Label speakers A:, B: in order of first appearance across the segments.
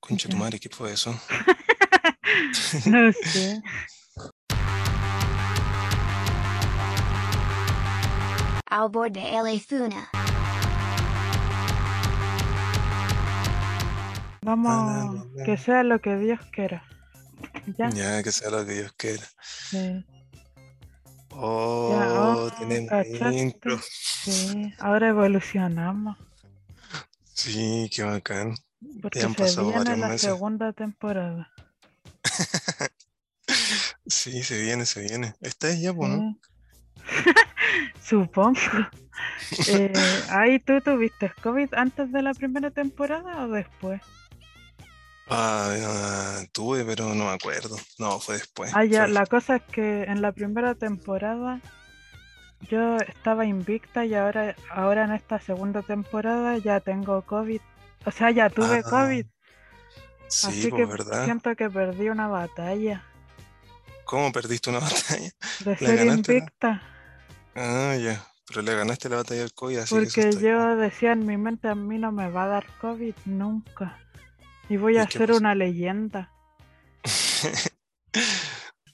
A: Concha tu madre, ¿qué fue eso?
B: No sé.
C: Albor de Elefuna.
B: Vamos, que sea lo que Dios quiera. Ya,
A: Ya, que sea lo que Dios quiera.
B: sí,
A: Mm. Oh,
B: oh,
A: tenemos
B: cachaste.
A: intro.
B: sí. Ahora evolucionamos.
A: Sí, qué bacán.
B: Porque
A: han
B: se
A: pasado
B: viene
A: varios
B: la
A: meses.
B: segunda temporada.
A: Sí, se viene, se viene. Esta es ya, pues, ¿no?
B: sí. Supongo. Eh, ay, ¿tú tuviste COVID antes de la primera temporada o después?
A: Ah, ah, tuve, pero no me acuerdo. No, fue después.
B: Ah, ya,
A: Fue-
B: la cosa es que en la primera temporada yo estaba invicta y ahora, ahora en esta segunda temporada ya tengo COVID. O sea, ya tuve
A: Ah,
B: COVID,
A: Sí,
B: así
A: pues,
B: que
A: ¿verdad?
B: siento que perdí una batalla
A: ¿Cómo perdiste una batalla?
B: de
A: ¿Le
B: ser
A: ganaste la-
B: invicta.
A: Ah, ya. Pero le ganaste la batalla al COVID, así que eso
B: Porque
A: está bien.
B: yo decía en mi mente, a mí no me va a dar COVID nunca. Y voy a
A: ¿Y qué
B: ser
A: pasó?
B: una leyenda.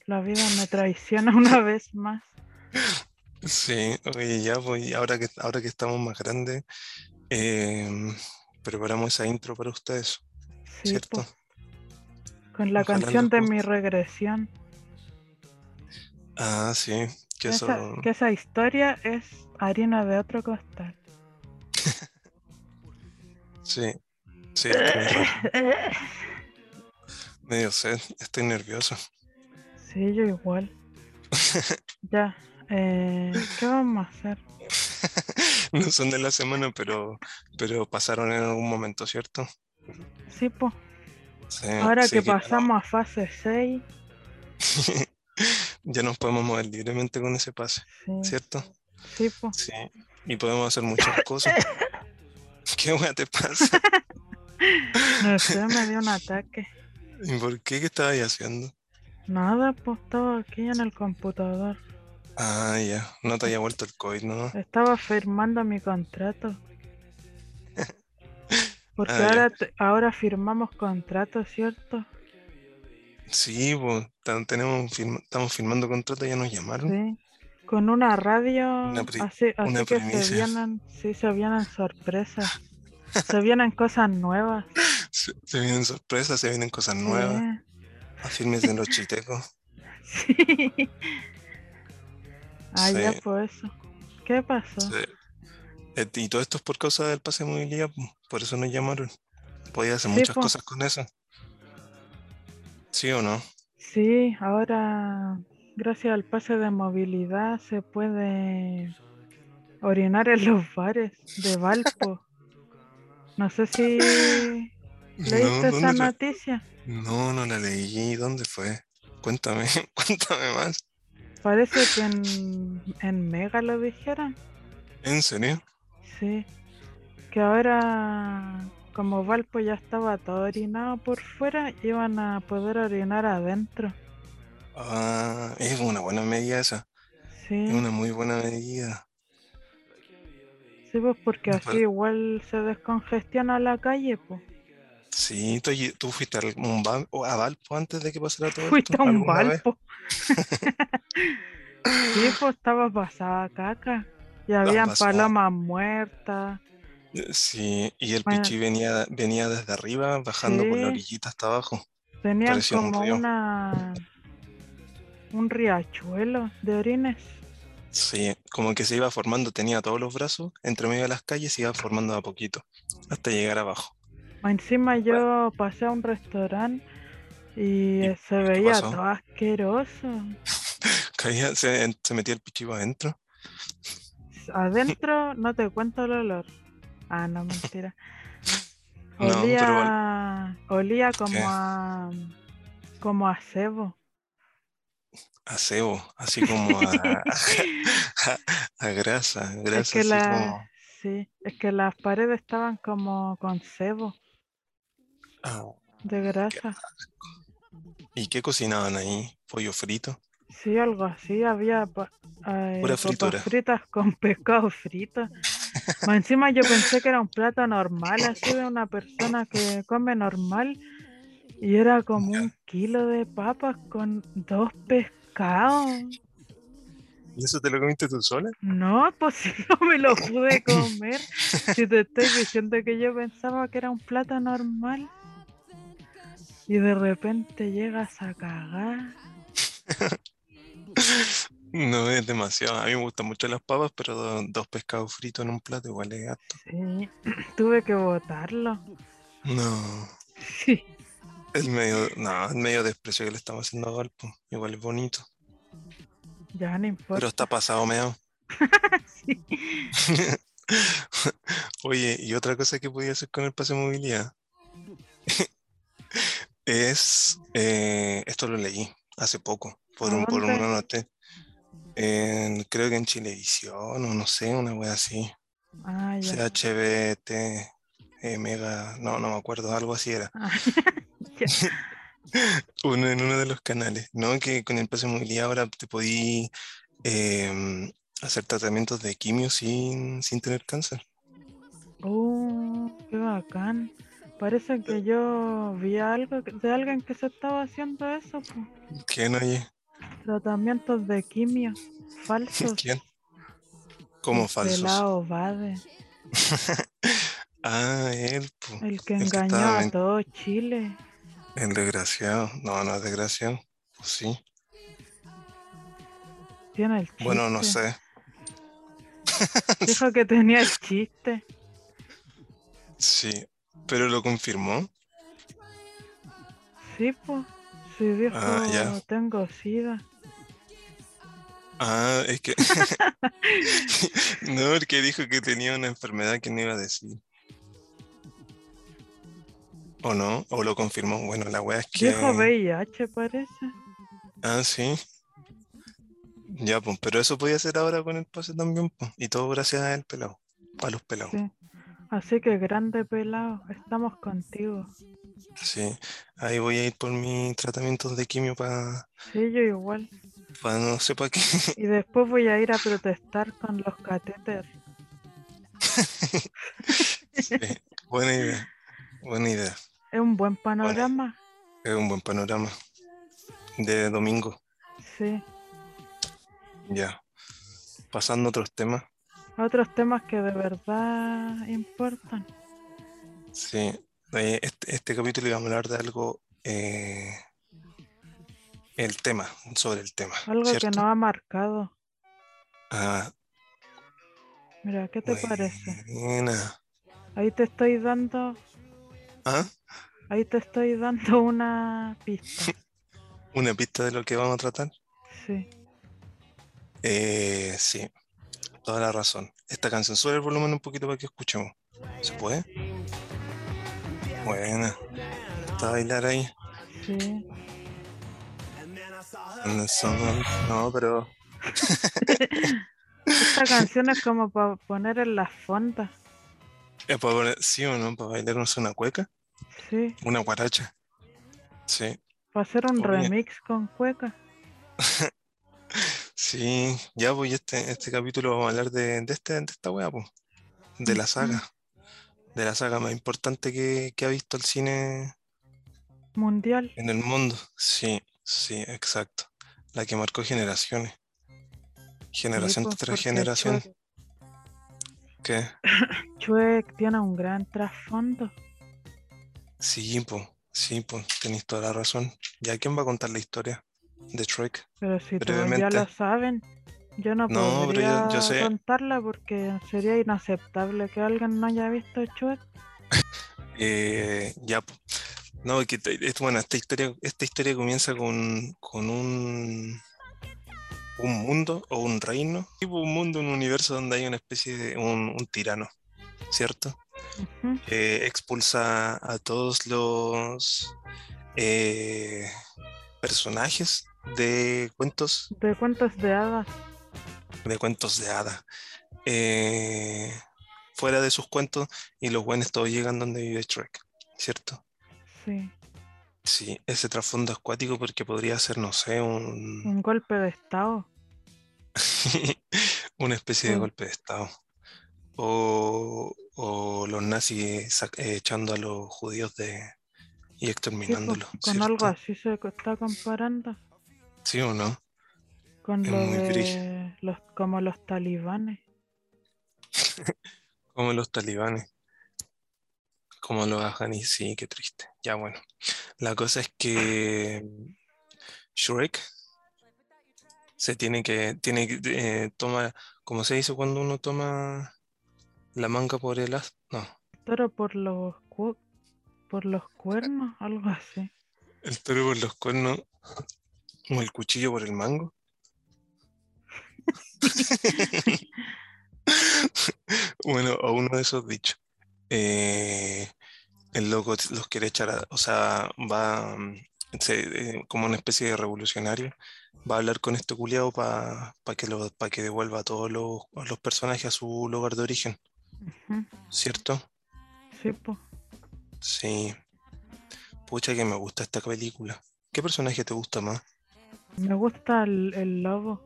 B: La vida me traiciona una vez más.
A: Sí, oye, ya, pues, y ahora que, ahora que estamos más grandes, em, preparamos esa intro para ustedes,
B: Sí, pues.
A: ¿cierto?
B: po, con la
A: Ojalá les
B: canción de
A: guste.
B: mi regresión.
A: Ah, sí, que eso.
B: Esa, que esa historia es harina de otro costal.
A: Sí, sí, tenés razón. medio sed, estoy nervioso.
B: Sí, yo igual. Ya. eh, ¿Qué vamos a hacer?
A: No son de la semana, pero, pero pasaron en algún momento, ¿cierto?
B: Sí, pues.
A: Sí,
B: Ahora
A: Eh, sí,
B: que
A: ya no-
B: pasamos a fase 6.
A: ya nos podemos mover libremente con ese pase,
B: Sí,
A: ¿cierto?
B: sí, po.
A: Sí, y podemos hacer muchas cosas. ¿Qué wea te pasa?
B: No sé, me dio un ataque.
A: ¿Y por qué? ¿Qué estabas haciendo?
B: Nada, pues estaba aquí en el computador.
A: Ah, ya, no te haya vuelto el COVID, ¿no?
B: Estaba firmando mi contrato. Porque
A: Ah, ya.
B: ahora, te- ahora firmamos contratos, ¿cierto?
A: Sí, pues, tan- tenemos, firma- estamos firmando contrato, ya nos llamaron.
B: Sí. Con una radio.
A: Una pri-
B: así así
A: una
B: que se
A: primicia.
B: vienen, sí, se vienen sorpresas. se vienen cosas nuevas.
A: Se, se vienen sorpresas, se vienen cosas nuevas. Afírmense en los chitecos.
B: Sí. sí. Ah, ya,
A: Sí.
B: pues eso. ¿Qué pasó?
A: Sí. Et- Y todo esto es por causa del pase de movilidad, po, por eso nos llamaron. Podía hacer
B: Sí,
A: muchas
B: po.
A: cosas con eso. ¿Sí o no?
B: Sí, ahora gracias al pase de movilidad se puede orinar en los bares de Valpo. No sé si leíste
A: No,
B: esa
A: ¿dónde la-
B: noticia.
A: no, no la leí. ¿Dónde fue? Cuéntame, cuéntame más.
B: Parece que en, en Mega lo dijeron.
A: ¿En serio?
B: Sí. Que ahora, como Valpo ya estaba todo orinado por fuera, iban a poder orinar adentro.
A: Ah, es una buena medida esa.
B: Sí.
A: Es una muy buena medida.
B: Sí, pues porque
A: Me
B: así
A: pare-
B: igual se descongestiona la calle, pues.
A: Sí, tú, y- tú fuiste a, un Val- o a Valpo antes de que pasara todo
B: Fuiste
A: esto.
B: a un
A: alguna vez?
B: balpo. sí, pues estaba pasada caca. Y habían
A: pasada.
B: palomas muertas.
A: Sí, y el
B: Bueno.
A: pichi venía, venía desde arriba, bajando por la
B: Sí.
A: orillita hasta abajo.
B: Tenían
A: Parecía un
B: como
A: río.
B: una un riachuelo de orines.
A: Sí, como que se iba formando, tenía todos los brazos entre medio de las calles, se iba formando de a poquito, hasta llegar abajo.
B: Encima yo pasé a un restaurante y eh, se veía
A: pasó?
B: todo asqueroso.
A: Caía, se, en- se metía el pichivo adentro.
B: Adentro no te cuento el olor. Ah, no, mentira.
A: No, pero val-
B: Olía, olía
A: ¿Qué?
B: como a como a cebo.
A: a cebo, así como a, a- a grasa, grasa,
B: Es que
A: así
B: la-
A: como.
B: sí, es que las paredes estaban como con cebo
A: Ah,
B: de grasa.
A: ¿Y qué cocinaban ahí? ¿Pollo frito?
B: Sí, algo así, había pa- eh,
A: Pura
B: papas
A: fritura.
B: fritas con pescado frito. Más encima yo pensé que era un plato normal, así de una persona que come normal, Y era como
A: Ya.
B: un kilo de papas con dos pescados.
A: ¿Y eso te lo comiste tú sola?
B: No, pues si no me lo pude comer. Si te estoy diciendo que yo pensaba que era un plato normal. Y de repente llegas a cagar.
A: No es demasiado. A mí me gustan mucho las papas, pero do- dos pescados fritos en un plato igual es harto.
B: Sí, tuve que botarlo.
A: No,
B: Sí.
A: el medio, no, el medio desprecio que le estamos haciendo a Valpo. Igual es bonito,
B: Ya no importa.
A: pero está pasado meado.
B: Sí.
A: Oye, y otra cosa que podía hacer con el pase de movilidad es, eh, esto lo leí hace poco, por, un, por
B: ¿Dónde?
A: una noté, en- creo que en Chilevisión o no sé, una wea así,
B: Ah, ya.
A: CHBT, eh, Mega, no, no me acuerdo, algo así era,
B: Ah,
A: uno, en uno de los canales, ¿no? Que con el pase de movilidad ahora te podí em, hacer tratamientos de quimio sin, sin tener cáncer.
B: Uh, qué bacán. Parece
A: eh,
B: que yo vi algo que- de alguien que se estaba haciendo eso. po.
A: ¿Quién, oye?
B: Tratamientos de quimio falsos.
A: ¿Quién? Como
B: El
A: falsos.
B: pelao Bade,
A: Ah, él, po,
B: el que
A: El que
B: engañó
A: estaba
B: a
A: en-
B: todo Chile.
A: el desgraciado. No, no es desgraciado. Pues sí.
B: Tiene el chiste.
A: Bueno, no sé.
B: Dijo que tenía el chiste.
A: Sí. Pero lo confirmó.
B: Sí, pues. Sí, dijo,
A: Ah, ya.
B: tengo sida.
A: Ah, es que. No, porque dijo que tenía una enfermedad que no iba a decir. ¿O no? ¿O lo confirmó? Bueno, la wea es que.
B: Dijo VIH, parece.
A: Ah, sí. Ya, pues, pero eso podía hacer ahora con el pase también, pues. Y todo gracias a él, pelado. A los pelados.
B: Sí. Así que grande pelado, estamos contigo.
A: Sí, ahí voy a ir por mis tratamientos de quimio para
B: Sí, yo igual.
A: no sepa qué.
B: Y después voy a ir a protestar con los catéteres.
A: Sí, buena idea, buena idea.
B: Es un buen panorama.
A: Es un buen panorama de domingo.
B: Sí.
A: Ya. Pasando a otros temas.
B: Otros temas que de verdad importan.
A: Sí, eh, este, este capítulo íbamos a hablar de algo, eh, el tema, sobre el tema,
B: Algo que
A: ¿cierto?
B: no ha marcado.
A: Ah,
B: Mira, ¿qué te parece?
A: buena.
B: Ahí te estoy dando,
A: Ah,
B: ahí te estoy dando una pista.
A: una pista de lo que vamos a tratar.
B: Sí.
A: Eh, sí, toda la razón. Esta canción sube el volumen un poquito para que escuchemos. ¿Se puede? Buena. Está a bailar ahí.
B: Sí.
A: No, son- no, pero
B: Esta canción es como para poner en las fondas.
A: es para poner- sí o no, para bailarnos una cueca,
B: Sí.
A: una guaracha. Sí,
B: Para hacer un
A: Oye.
B: remix con cueca.
A: sí, ya voy. Este, este capítulo vamos a hablar de, de este, de esta wea, po. de la saga. De la saga más importante que, que ha visto el cine
B: Mundial.
A: en el mundo. Sí, sí, exacto. La que marcó generaciones. Generación
B: Sí, pues,
A: tras
B: porque
A: generación.
B: Chuck-
A: ¿Qué?
B: Chuck tiene un gran trasfondo.
A: Sí, po, sí, po, tenéis toda la razón. ¿Ya quién va a contar la historia de Shrek?
B: Pero si todos ya
A: Brevemente.
B: lo saben, yo no,
A: No, pero yo-
B: podría
A: yo sé-
B: contarla porque sería inaceptable que alguien no haya visto Chuck.
A: Eh, ya, po. No, que te- es- bueno, esta historia, esta historia comienza con, con un, un mundo o un reino, tipo un mundo, un universo donde hay una especie de un, un tirano, ¿cierto?
B: Ujú.
A: eh, expulsa a todos los eh, personajes de cuentos
B: De cuentos de hadas.
A: de cuentos de hada eh, fuera de sus cuentos y los buenos todos llegan donde vive Shrek, ¿cierto?
B: Sí.
A: Sí, ese trasfondo acuático porque podría ser, no sé, un,
B: Un golpe de estado.
A: una especie de
B: Mm.
A: golpe de estado. O, o los nazis sac- eh, echando a los judíos de, y
B: Sí, pues,
A: exterminándolo.
B: con
A: ¿cierto?
B: algo así se co- está comparando.
A: ¿Sí o no?
B: Con
A: Es
B: lo
A: muy
B: de
A: brillo.
B: los, como los talibanes.
A: Como los talibanes. Como los afganis. Sí, qué triste. Ya bueno. La cosa es que Shrek se tiene que, tiene que eh, toma, como se dice cuando uno toma la manga por el as. No,
B: Toro por los, cu- por los cuernos, algo así.
A: el toro por los cuernos o el cuchillo por el mango. Bueno, o uno de esos dichos. Eh, el loco los quiere echar a, o sea, va mm, se- eh, como una especie de revolucionario, va a hablar con este culiao para que lo, pa que devuelva a todos los, a los personajes a su lugar de origen,
B: Ujú.
A: ¿cierto?
B: Sí, pues.
A: Sí. Pucha que me gusta esta película. ¿Qué personaje te gusta más?
B: Me gusta el, el lobo.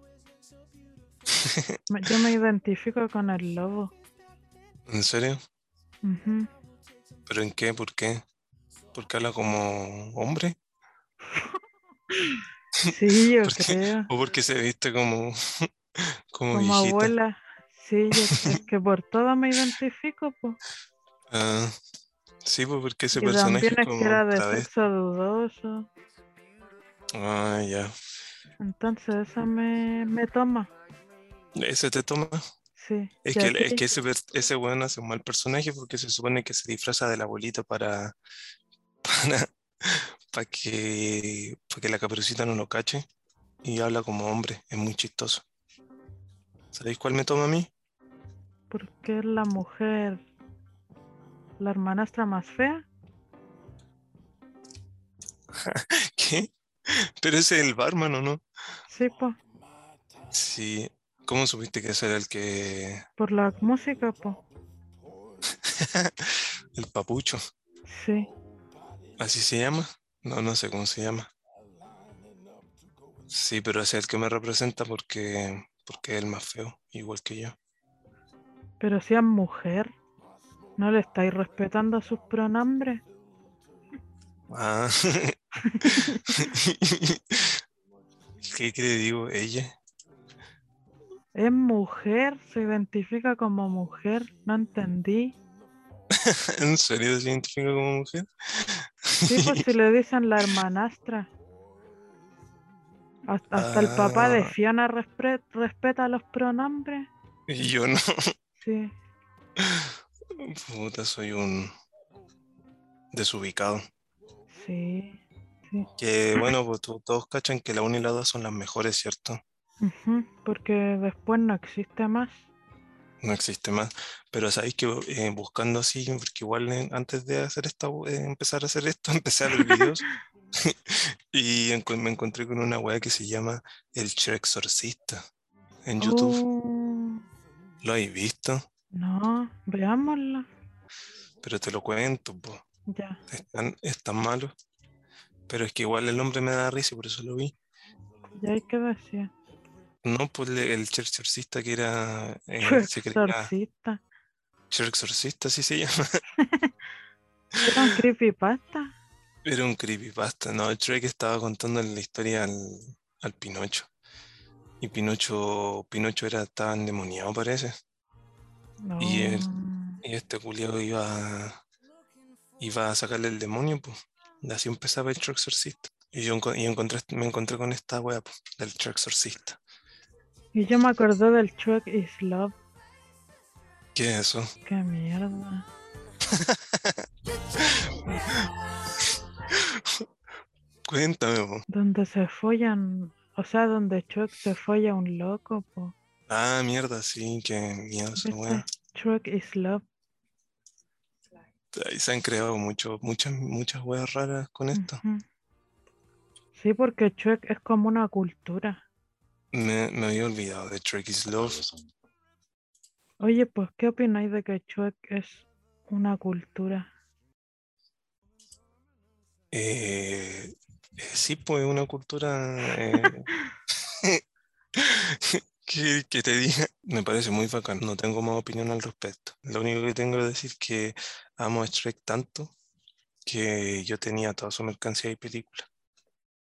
B: Me- Yo me identifico con el lobo.
A: ¿En serio?
B: Ujú.
A: ¿Pero en qué? ¿Por qué? ¿Porque habla como hombre?
B: Sí, yo
A: ¿Por qué?
B: creo.
A: ¿O porque se viste como, como
B: Como
A: viejita?
B: abuela. Sí, yo es que por todo me identifico, pues.
A: Ah, sí, pues porque ese
B: Y
A: personaje
B: también
A: es
B: es
A: como
B: que era de
A: travesti.
B: sexo dudoso.
A: Ah, ya.
B: Entonces eso me, me toma.
A: Ese te toma.
B: Sí.
A: Es
B: Y
A: que,
B: a
A: es
B: ti,
A: que ese, per- ese weón hace un mal personaje porque se supone que se disfraza de la abuelita para, para, para que, para que la caperucita no lo cache y habla como hombre. Es muy chistoso. ¿Sabéis cuál me toma a mí?
B: ¿por qué la mujer, la hermanastra más fea?
A: ¿Qué? Pero ese es el barman, ¿o no?
B: Sí, po,
A: Sí. ¿Cómo supiste que ese era el que.
B: por la música, po.
A: el papucho?
B: Sí.
A: ¿Así se llama? No, no sé cómo se llama. Sí, pero ese es el que me representa porque, porque es el más feo, igual que yo.
B: Pero si es mujer, ¿no le estáis respetando sus pronombres?
A: Ah. ¿Qué que le digo? Ella.
B: Es mujer, se identifica como mujer, no entendí.
A: ¿En serio se identifica como mujer?
B: Sí, pues si le dicen la hermanastra. Has- Hasta, el papá de
A: Ah.
B: Fiona respre- respeta los pronombres.
A: Y yo no.
B: Sí.
A: Puta, soy un desubicado.
B: Sí, sí.
A: Que bueno, pues to- todos cachan que la 1 y la 2 son las mejores, ¿cierto?
B: Ujú, Porque después no existe más.
A: No existe más. Pero sabéis que eh, buscando así, porque igual eh, antes de hacer esta, we- eh, empezar a hacer esto, empecé a ver videos y encu- me encontré con una weá que se llama El Shrek Exorcista en YouTube.
B: Oh,
A: Lo habéis visto,
B: no, veámosla.
A: pero te lo cuento, po.
B: Ya.
A: Es tan, es tan malo. Pero es que igual el hombre me da risa y por eso lo vi.
B: Ya hay que decir.
A: No, pues le- el Shrek Exorcista que era, eh,
B: Fue
A: se creía
B: exorcista.
A: Shrek Exorcista, así se llama.
B: Era un creepypasta.
A: Era un creepypasta, ¿no? El Shrek estaba contando la historia al, al Pinocho. Y Pinocho, Pinocho era, estaba endemoniado, parece.
B: No.
A: Y el- Y este culiao iba, a- iba a sacarle el demonio, pues. Y así empezaba el Shrek Exorcista. Y yo enco- y encontré, me encontré con esta wea, po, del Shrek Exorcista.
B: Y yo me acordé del Chuck is Love.
A: ¿Qué es eso?
B: Qué mierda.
A: Cuéntame, po.
B: Donde se follan. O sea, donde Chuck se folla a un loco, po.
A: Ah, mierda, sí, qué miedo esa wea.
B: ¿Viste? Chuck is Love.
A: Ahí se han creado mucho, muchas, muchas weas raras con
B: Mm.
A: esto.
B: Ujú. Sí, porque Chuck es como una cultura.
A: Me, me había olvidado de Shrek is Love.
B: Oye, pues, ¿qué opináis de que Chuck es una cultura?
A: Eh, eh, sí, pues una cultura eh, que, que te diga, me parece muy bacán. No tengo más opinión al respecto. Lo único que tengo que decir es que amo a Shrek tanto que yo tenía toda su mercancía y película.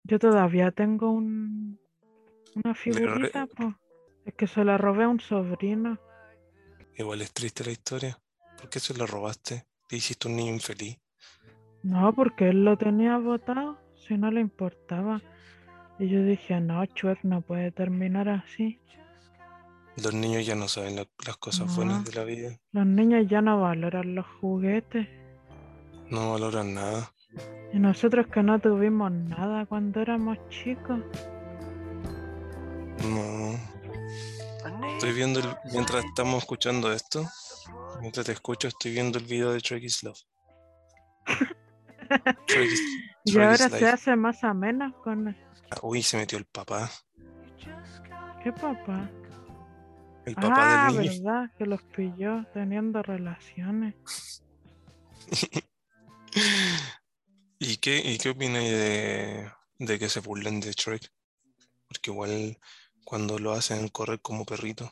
B: Yo todavía tengo un, una
A: Le robé-
B: figurita, po. Es que se la robé a un sobrino.
A: Igual es triste la historia. ¿Por qué se lo robaste? Te hiciste un niño infeliz.
B: No, porque él lo tenía votado, si no le importaba. Y yo dije, no, Chuec no puede terminar así.
A: Los niños ya no saben la- las cosas
B: No.
A: buenas de la vida.
B: Los niños ya no valoran los juguetes.
A: No valoran nada.
B: Y nosotros que no tuvimos nada cuando éramos chicos.
A: No. Estoy viendo, el- mientras estamos escuchando esto, mientras te escucho, estoy viendo el video de Trek is Love. Trek is- Trek
B: Y
A: is
B: ahora se
A: Life.
B: hace más amena con...
A: Uy, se metió el papá.
B: ¿Qué papá?
A: El papá
B: Ah,
A: del niño.
B: verdad, que los pilló teniendo relaciones.
A: ¿Y qué, y qué opináis de, de que se burlen de Shrek? Porque igual cuando lo hacen correr como perrito,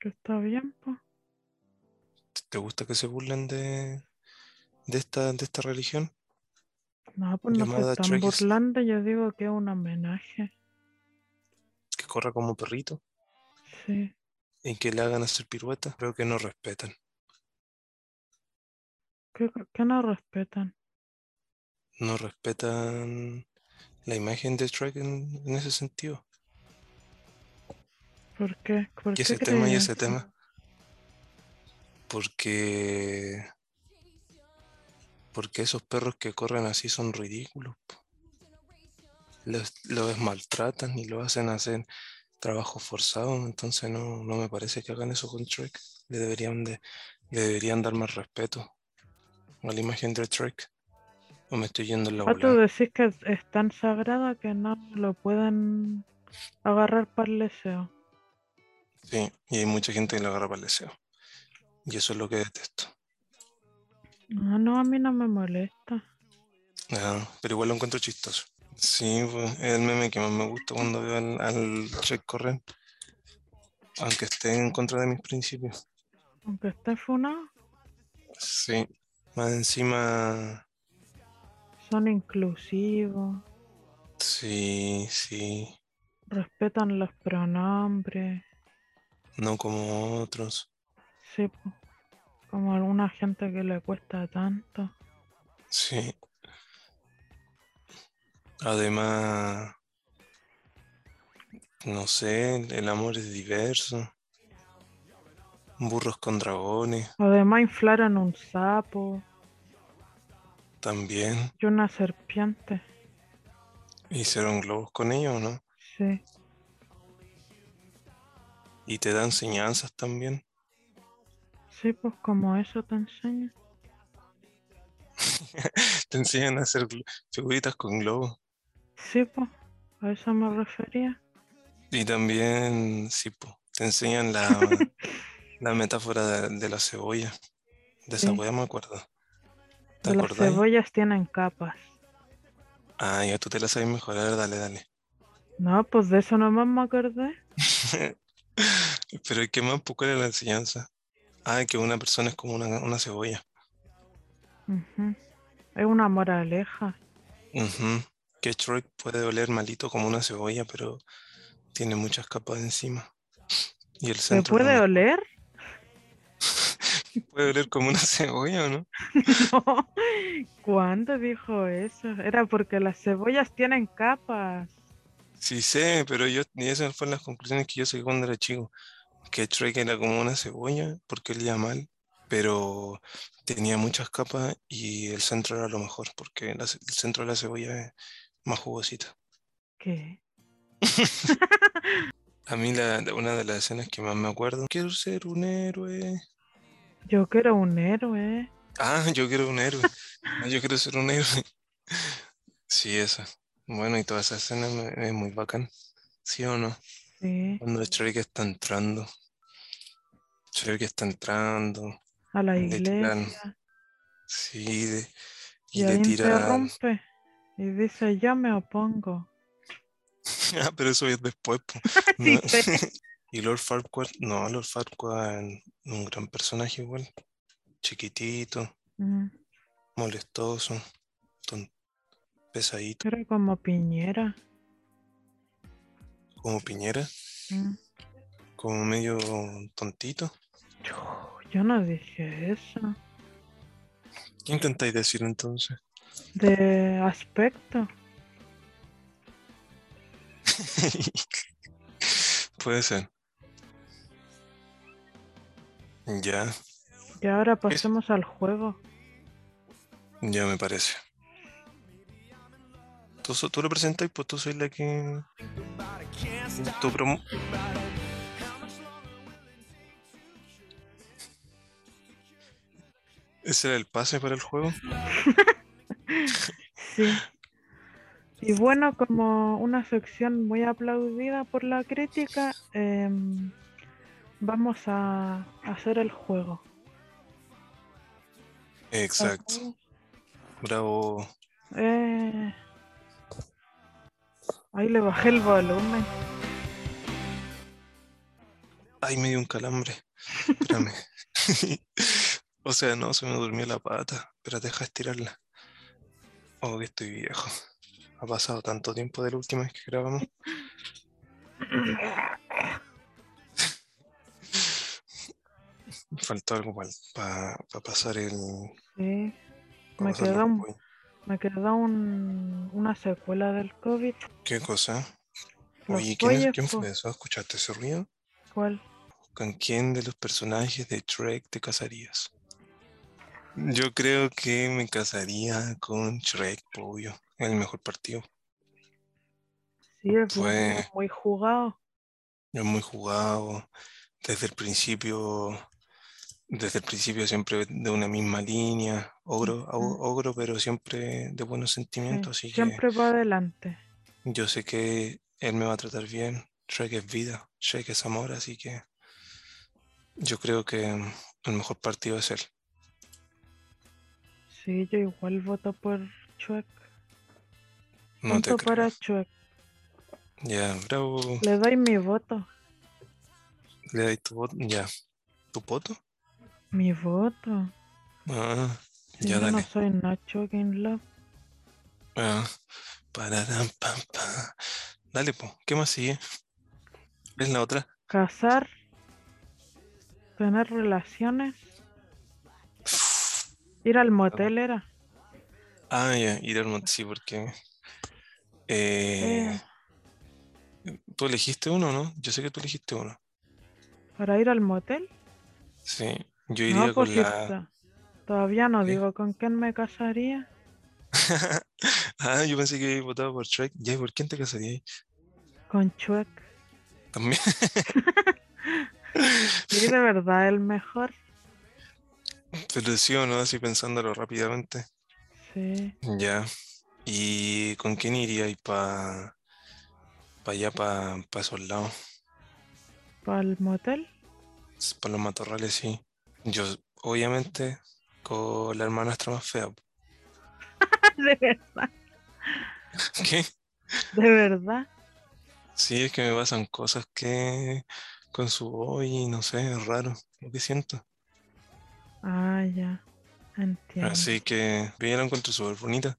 B: Que está bien, pues. po.
A: ¿te gusta que se burlen de, de esta, de esta religión?
B: No, pues no se
A: Llamada
B: están
A: Trek is-
B: burlando, yo digo que es un homenaje.
A: Que corra como perrito
B: Sí.
A: y que le hagan hacer piruetas. Creo que no respetan.
B: Que, que no respetan.
A: No respetan la imagen de Shrek en, en ese sentido.
B: ¿Por qué? ¿Por
A: Y
B: qué
A: ese tema y
B: crees
A: ese
B: eso?
A: tema. Porque... Porque esos perros que corren así son ridículos. po. Los, los maltratan y los hacen hacer trabajo forzado. Entonces no, no me parece que hagan eso con Shrek. Le deberían, de, le deberían dar más respeto a la imagen de Shrek. O me estoy yendo en la
B: Ah, tú
A: volada.
B: decís que es- es tan sagrado que no lo pueden agarrar para el deseo.
A: Sí, y hay mucha gente que lo agarra para el deseo. Y eso es lo que detesto.
B: Ah, No, no, a mí no me molesta.
A: Ah, pero igual lo encuentro chistoso. Sí, pues, es el meme que más me gusta cuando veo al, al Shrek correr. Aunque esté en contra de mis principios.
B: Aunque esté funado,
A: Sí, más encima,
B: son inclusivos,
A: sí, sí,
B: respetan los pronombres,
A: no como otros,
B: sí, po. como alguna gente que le cuesta tanto.
A: sí. Además, no sé, el- el amor es diverso. Burros con dragones,
B: Además inflaron un sapo
A: también.
B: y una serpiente,
A: Hicieron globos con ellos, ¿no?
B: sí.
A: Y te da enseñanzas también.
B: Sí, pues como eso te enseña.
A: Te enseñan a hacer glo- figuritas con globos.
B: Sí, pues, a eso me refería.
A: Y también, sí, po, te enseñan la, la metáfora de, de la cebolla. De esa
B: Sí.
A: weá me acuerdo. ¿Te
B: Las
A: acordás?
B: cebollas tienen capas.
A: Ah, ya tú te la sabes mejorar, dale, dale.
B: No, pues de eso nomás me acordé.
A: Pero ¿qué más? Pues, ¿Cuál es la enseñanza? Ah, que una persona es como una, una cebolla.
B: Ujú. Es una moraleja.
A: Ujú. Que Shrek puede oler malito como una cebolla, pero tiene muchas capas encima. Y el
B: ¿Se
A: centro
B: puede
A: como-
B: oler?
A: puede oler como una cebolla, ¿o ¿no?
B: No. ¿Cuándo dijo eso? Era porque las cebollas tienen capas.
A: Sí sé, pero yo, y esas fueron las conclusiones que yo saqué cuando era chico, que Shrek era como una cebolla porque olía mal, pero tenía muchas capas y el centro era lo mejor, porque la ce- el centro de la cebolla es más jugosito.
B: ¿Qué?
A: A mí la, la- una de las escenas que más me acuerdo, quiero ser un héroe.
B: Yo quiero un héroe.
A: Ah, yo quiero un héroe. Ah, Yo quiero ser un héroe. Sí, esa. Bueno, y toda esa escena me- es muy bacán. ¿Sí o no?
B: Sí.
A: Cuando Shrek está entrando. Shrek está entrando.
B: A la
A: Le tiran-
B: iglesia.
A: Sí, de-
B: Y,
A: y
B: ahí
A: le tiran.
B: interrumpe. Y dice, yo me opongo.
A: Ah, pero eso es después. po.
B: Sí,
A: No. Y Lord Farquaad, no, Lord Farquaad, un gran personaje igual. chiquitito,
B: Mm,
A: molestoso, ton- pesadito,
B: Era como piñera.
A: como Piñera,
B: Mm.
A: como medio tontito.
B: Chu, Yo no dije eso.
A: ¿Qué intentáis decir entonces?
B: De aspecto.
A: Puede ser. Ya,
B: Y ahora pasemos al juego.
A: ya me parece. Tú, so- tú lo presentas y pues tú soy la que... Tú promo... ¿Ese era el pase para el juego?
B: Sí. Y bueno, como una sección muy aplaudida por la crítica, em, vamos a hacer el juego.
A: Exacto. Bravo.
B: Eh, Ahí le bajé el volumen.
A: Ay, me dio un calambre. Espérame. o sea, no, se me durmió la pata. Pero deja estirarla. Oh, que estoy viejo. Ha pasado tanto tiempo de la última vez que grabamos. Faltó algo para pasar el.
B: Sí.
A: pa pasar
B: Me
A: los
B: quedó un-
A: pollos.
B: Me quedó un- una secuela del COVID.
A: ¿Qué cosa?
B: Los
A: Oye, ¿quién, es-
B: pollos,
A: quién
B: po.
A: fue eso? ¿Escuchaste ese ruido?
B: ¿Cuál?
A: ¿Con quién de los personajes de Shrek te casarías? Yo creo que me casaría con Shrek, obvio. El mejor partido.
B: Sí, el
A: Fue-
B: primero, muy jugado.
A: Es muy jugado. Desde el principio, desde el principio siempre de una misma línea. Ogro, au-
B: Ujú.
A: ogro, pero siempre de buenos
B: sí.
A: sentimientos. Así que
B: Siempre va adelante.
A: yo sé que él me va a tratar bien. Shrek es vida. Shrek es amor. Así que yo creo que el mejor partido es él.
B: Sí, yo igual voto por Chuec.
A: No te
B: Punto
A: creo.
B: para Chuec.
A: Ya, bravo.
B: Le doy mi voto.
A: Le dais tu voto. Ya. ¿Tu voto?
B: Mi voto.
A: Ah,
B: Si
A: ya
B: yo no
A: dale.
B: soy Nacho Game Love.
A: Ah, pararán, pam, pam. Dale, po. ¿Qué más sigue? ¿Ves la otra?
B: Casar. Tener relaciones. Ir al motel era.
A: Ah, ya, ir al monte, sí, porque. eh,
B: Eh.
A: tú elegiste uno, ¿no? Yo sé que tú elegiste uno.
B: ¿Para ir al motel?
A: Sí, yo iría
B: No,
A: con
B: pues
A: la.
B: todavía no
A: ¿Sí?
B: digo con quién me casaría.
A: Ah, yo pensé que votaba por Shrek. Ya, ¿y ¿por quién te casarías?
B: Con Chuec.
A: También.
B: Sí, de verdad, el mejor.
A: Pero sí o no, así pensándolo rápidamente.
B: Sí.
A: Ya. ¿Y con quién iría y pa, pa allá, pa, pa esos lados?
B: ¿Para el motel?
A: Para los matorrales, sí. Yo, obviamente, con la hermanastra más fea.
B: De verdad.
A: ¿Qué?
B: De verdad.
A: Sí, es que me pasan cosas que con su voz y no sé, es raro lo que siento.
B: Ah, ya. Entiendo.
A: Así que, yo ya la encuentro súper bonita.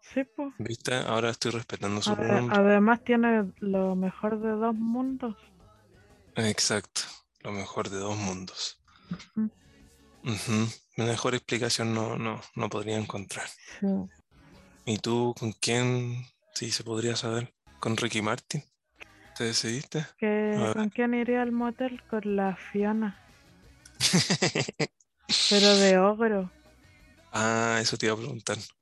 B: Sí, pues.
A: ¿Viste? Ahora estoy respetando su
B: Ade-
A: nombre.
B: además tiene lo mejor de dos mundos.
A: Exacto. Lo mejor de dos mundos.
B: Ujú.
A: Ujú. Mejor explicación no, no, no podría encontrar.
B: Sí.
A: ¿Y tú con quién? Sí, se podría saber. ¿Con Ricky Martin? ¿Te decidiste?
B: ¿Qué-
A: Ah.
B: ¿Con quién iría al motel? Con la Fiona. Pero de ogro.
A: Ah, eso te iba a preguntar.
B: Sí,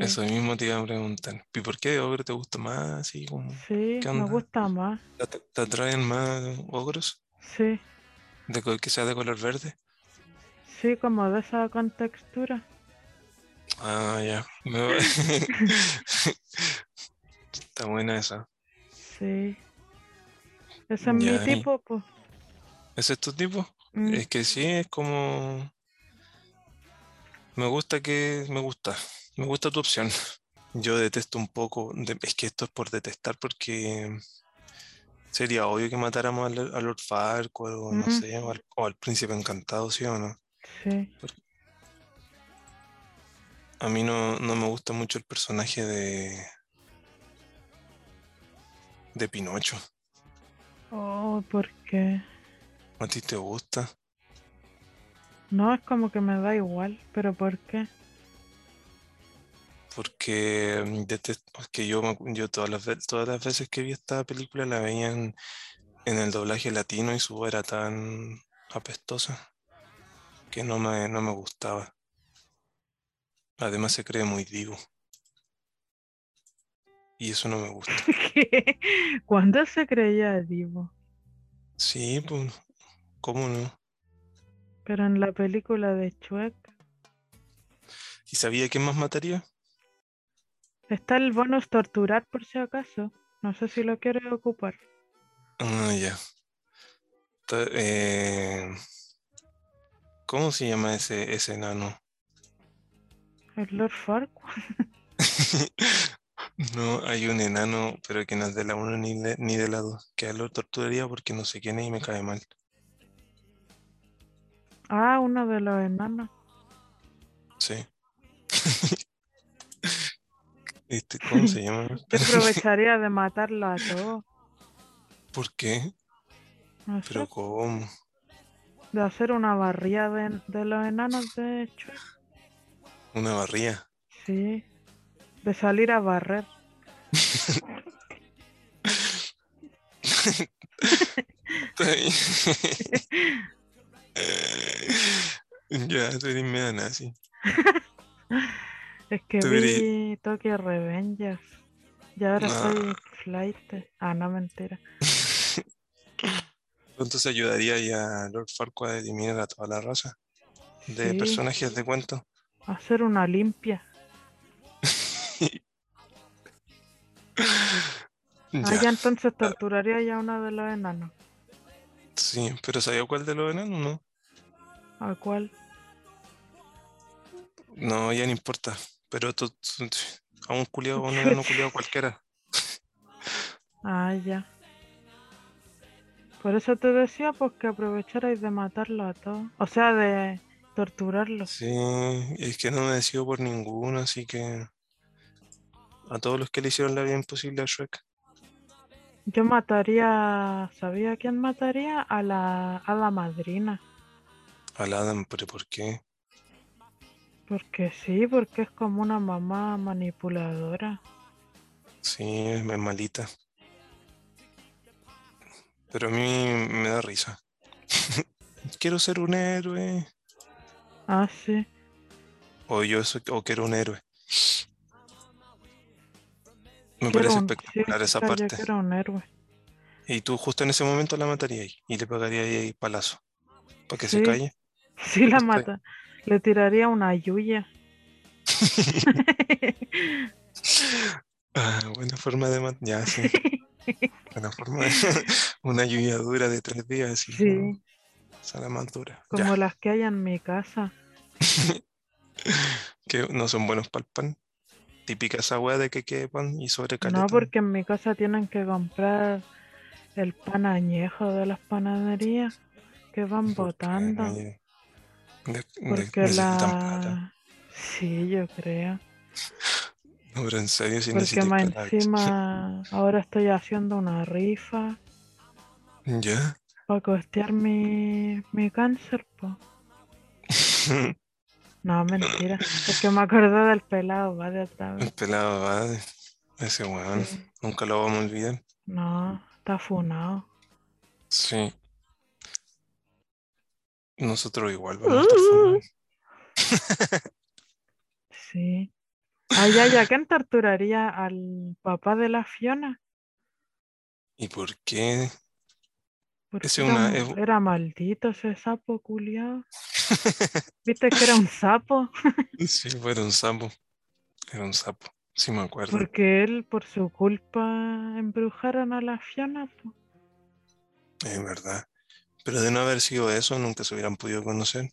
A: Eso mismo te iba a preguntar. ¿Y por qué de ogro te gusta más? Así como,
B: Sí,
A: ¿Qué
B: me
A: onda?
B: gusta más.
A: ¿te, at- te atraen más ogros?
B: Sí,
A: De co- que sea de color verde.
B: sí, como de esa contextura.
A: Ah, ya. Me va- Está buena esa.
B: Sí. Ese es mi
A: Ya, y-
B: tipo, pues.
A: ¿Ese es tu tipo?
B: Mm,
A: Es que sí, es como... Me gusta que... Me gusta. Me gusta tu opción. Yo detesto un poco... de- Es que esto es por detestar porque... Sería obvio que matáramos al, al Lord Farquaad o no
B: Ujú.
A: sé, o al, o al Príncipe Encantado, ¿sí o no?
B: Sí.
A: A mí no, no me gusta mucho el personaje de. de Pinocho.
B: Oh, ¿por qué?
A: ¿A ti te gusta?
B: No, es como que me da igual, pero ¿por qué?
A: Porque mm, detest- porque yo, me acu- yo todas las, ve- todas las veces que vi esta película la veían en el doblaje latino y su voz era tan apestosa que no me, no me gustaba. Además se cree muy divo. Y eso no me gusta.
B: ¿Qué? ¿Cuándo se creía Divo?
A: Sí, pues, ¿cómo no?
B: Pero en la película de Chuec
A: ¿Y sabía quién más mataría?
B: está el bonus torturar por si acaso. No sé si lo quiere ocupar.
A: Ah, ya. Ta- eh, ¿Cómo se llama ese, ese enano?
B: El Lord Farquaad.
A: No, hay un enano, pero que no es de la 1 ni de, ni de la 2. Que a él lo torturaría porque no sé quién es y me cae mal.
B: Ah, uno de los enanos.
A: Sí. Este, ¿cómo se llama?
B: Yo aprovecharía de matarlo a todos.
A: ¿Por qué?
B: No sé,
A: Pero ¿cómo?
B: de hacer una barría de, de los enanos de Chuec.
A: Una barría.
B: Sí. De salir a barrer.
A: Está bien. Ya, tú eres media nazi.
B: Es que
A: Tú
B: vi Tokyo Revengers. Y ahora
A: No.
B: soy flight. Ah, no, mentira.
A: Entonces ayudaría ya a Lord Farquaad a eliminar a toda la raza de
B: Sí.
A: personajes de cuento.
B: Hacer una limpia. Ah,
A: Ya,
B: ya entonces torturaría ya a uno de los enanos.
A: sí, pero ¿sabía cuál de los enanos? No,
B: ¿A cuál?
A: no, ya no importa. Pero tú- tú- a un culiado, a un enano culiado cualquiera.
B: Ah, ya. Por eso te decía, pues que aprovecharais de matarlo a todos. O sea, de torturarlos.
A: Sí, es que no me decido por ninguno, así que a todos los que le hicieron la vida imposible a Shrek.
B: Yo mataría. ¿Sabía quién mataría? A la, a la madrina.
A: Al Adam, pero ¿por qué?
B: Porque sí, porque es como una mamá manipuladora.
A: Sí, es es malita. Pero a mí me da risa. Quiero ser un héroe.
B: Ah, sí.
A: O yo soy- o quiero un héroe. Me
B: Quiero
A: parece
B: un- sí,
A: espectacular esa
B: claro, yo
A: parte.
B: quiero un héroe.
A: Y tú justo en ese momento la matarías ahí, y le pagarías ahí el palazo. Para que se
B: Sí.
A: calle.
B: Sí, la
A: Estoy-
B: mata. Le tiraría una yuya.
A: Ah, buena forma de matar. Ya, sí. Buena forma de- Una lluvia dura de tres días. Sí.
B: Sí,
A: Salamantura.
B: como las que hay en mi casa.
A: Que no son buenos para el pan. Típica esa hueá de que quede pan y sobre
B: No, porque en mi casa tienen que comprar el pan añejo de las panaderías que van botando. Porque
A: plata.
B: la. Sí, yo creo.
A: No, pero en serio, si
B: Porque
A: necesitáis
B: más
A: plata.
B: encima ahora estoy haciendo una rifa
A: Ya.
B: para costear mi, mi cáncer, po. No, mentira. Es que me acordé del pelado, va de otra
A: El
B: vez.
A: pelado va. Ese weón.
B: Sí.
A: Nunca lo vamos a olvidar.
B: No, está funado.
A: Sí. Nosotros igual vamos a
B: Mm.
A: estar funados.
B: Sí. Ay, ay, ¿a quién torturaría al papá de la Fiona?
A: ¿Y por qué?
B: Porque
A: Ese
B: era,
A: una-
B: un-
A: es-
B: era maldito ese sapo culiado. ¿Viste que era un sapo?
A: Sí, fue era un sapo. Era un sapo. Sí, me acuerdo.
B: Porque él, por su culpa, embrujaron a la Fiona. po.
A: Es verdad. Pero de no haber sido eso, nunca se hubieran podido conocer.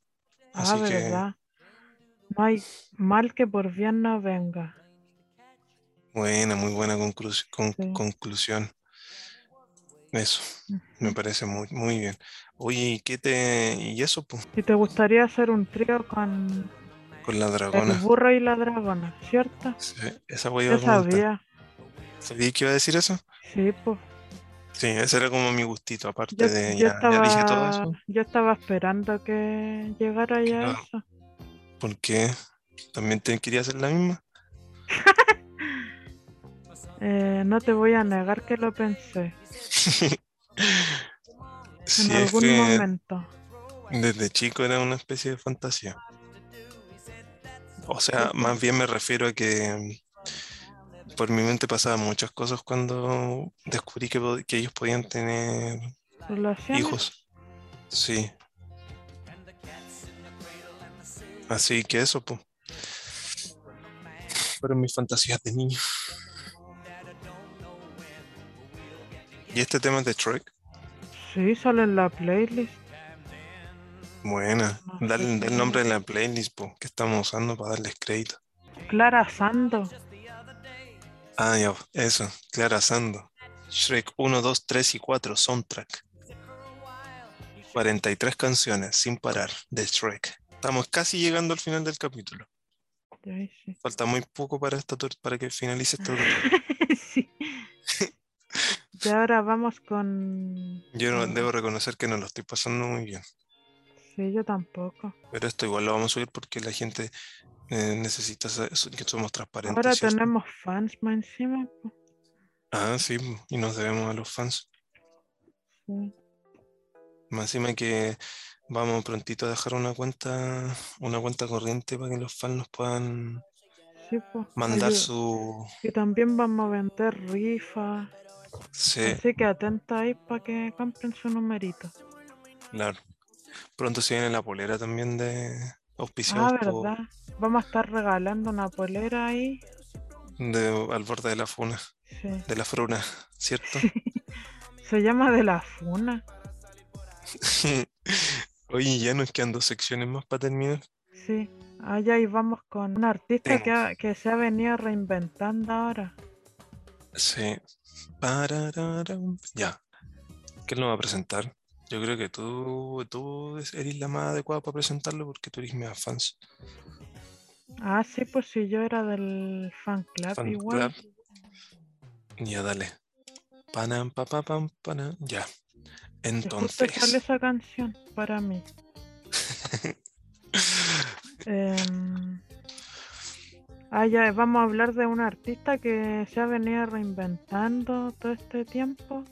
B: Ah,
A: Así que-
B: verdad. No hay mal que por bien no venga.
A: Buena, muy buena conclus- con-
B: Sí.
A: conclusión. Eso, me parece muy, muy bien. Oye, ¿qué te. ¿Y eso, po?
B: Si te gustaría hacer un trío con
A: Con la
B: el
A: dragona.
B: burro y la dragona, ¿cierto?
A: Sí, esa wea iba a
B: Yo
A: preguntar.
B: sabía.
A: ¿Sabía que iba a decir eso?
B: Sí, pues.
A: Sí, ese era como mi gustito, aparte
B: Yo,
A: Este de.
B: yo
A: Ya, ya dije todo
B: estaba,
A: eso.
B: yo estaba esperando que llegara ya
A: Claro.
B: eso.
A: Porque también te quería hacer la misma.
B: Eh, no te voy a negar que lo pensé en
A: Sí, es
B: algún
A: que
B: momento.
A: desde chico era una especie de fantasía. O sea, más bien me refiero a que mm, por mi mente pasaban muchas cosas cuando descubrí que, pod- que ellos podían tener
B: Relaciones.
A: hijos. Sí. Así que eso, pues. Fueron mis fantasías de niño. Y este tema de Trek,
B: Sí, sale en la playlist.
A: buena.
B: No sé
A: Dale
B: qué
A: el nombre de la playlist po, que estamos usando para darles crédito.
B: Clara Sando.
A: Ah, ya, eso, Clara Sando. Shrek 1, 2, 3 y 4, soundtrack. 43 canciones sin parar de Shrek. Estamos casi llegando al final del capítulo.
B: Ya ahí sí.
A: Falta muy poco para, esta tor- para que finalice este esta tortura.
B: Sí. Y ahora vamos con.
A: Yo no-
B: Mm.
A: debo reconocer que no lo estoy pasando muy bien.
B: Sí, yo tampoco.
A: Pero esto igual lo vamos a subir porque la gente eh, necesita saber so- que somos transparentes.
B: Ahora
A: ¿cierto?
B: tenemos fans más encima. pues, po.
A: Ah, sí, y nos debemos a los fans.
B: Sí.
A: Más encima que vamos prontito a dejar una cuenta, una cuenta corriente para que los fans nos puedan
B: Sí, po.
A: mandar
B: Ayuda.
A: su...
B: Y también vamos a vender rifas.
A: Sí,
B: Así que atenta ahí para que compren su numerito.
A: claro. Pronto se viene la polera también de auspiciados
B: Ah,
A: por-
B: ¿verdad? Vamos a estar regalando una polera ahí.
A: de- al borde de la funa,
B: Sí.
A: de la fruna, ¿cierto?
B: Se llama De la Funa.
A: Oye, ya nos quedan dos secciones más para terminar.
B: Sí. Allá y vamos con un artista que, ha- que se ha venido reinventando ahora.
A: Sí. Parararam. Ya. ¿Qué nos va a presentar? Yo creo que tú, tú eres la más adecuada para presentarlo porque tú eres mi fans.
B: Ah, sí, pues si yo era del fan club
A: fan
B: Ah, igual.
A: club. Ya, dale. Panam, pa, pa, pam, panam. Ya.
B: Y justo sale
A: Entonces.
B: esa canción para mí. Em, ah, ya, vamos a hablar de un artista que se ha venido reinventando todo este tiempo.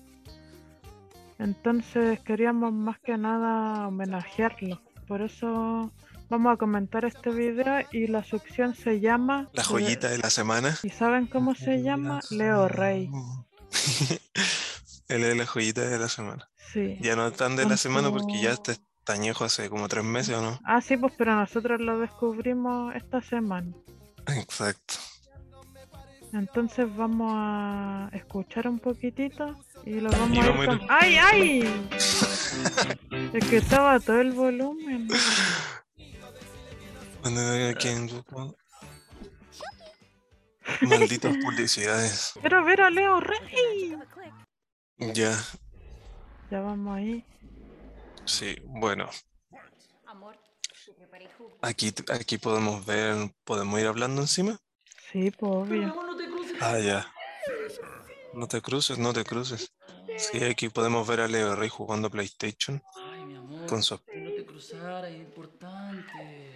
B: Entonces queríamos más que nada homenajearlo. Por eso vamos a comentar este video y la sección se llama...
A: La joyita de la semana.
B: ¿Y saben cómo se llama? Leo Rey.
A: Él es la joyita de la semana.
B: Sí.
A: Ya no tan de
B: Ah,
A: la semana porque ya
B: Tanto-
A: este tañejo hace como tres meses o no.
B: Ah, sí, pues pero nosotros lo descubrimos esta semana.
A: Exacto.
B: Entonces vamos a escuchar un poquitito y lo vamos
A: Y
B: a ir
A: vamos a ir-
B: con- ¡Ay, ay! es que estaba todo el volumen.
A: Cuando veo aquí en Google. Malditas publicidades.
B: Pero ver a Leo Rey.
A: Ya,
B: Ya vamos ahí.
A: sí, bueno. Aquí, aquí podemos ver, podemos ir hablando encima.
B: Sí, pues obvio.
A: Ah, ya. No te cruces, no te cruces. Sí, aquí podemos ver a Leo Rey jugando PlayStation
D: Ay, mi amor,
A: con su
D: que no te cruzaras, es importante.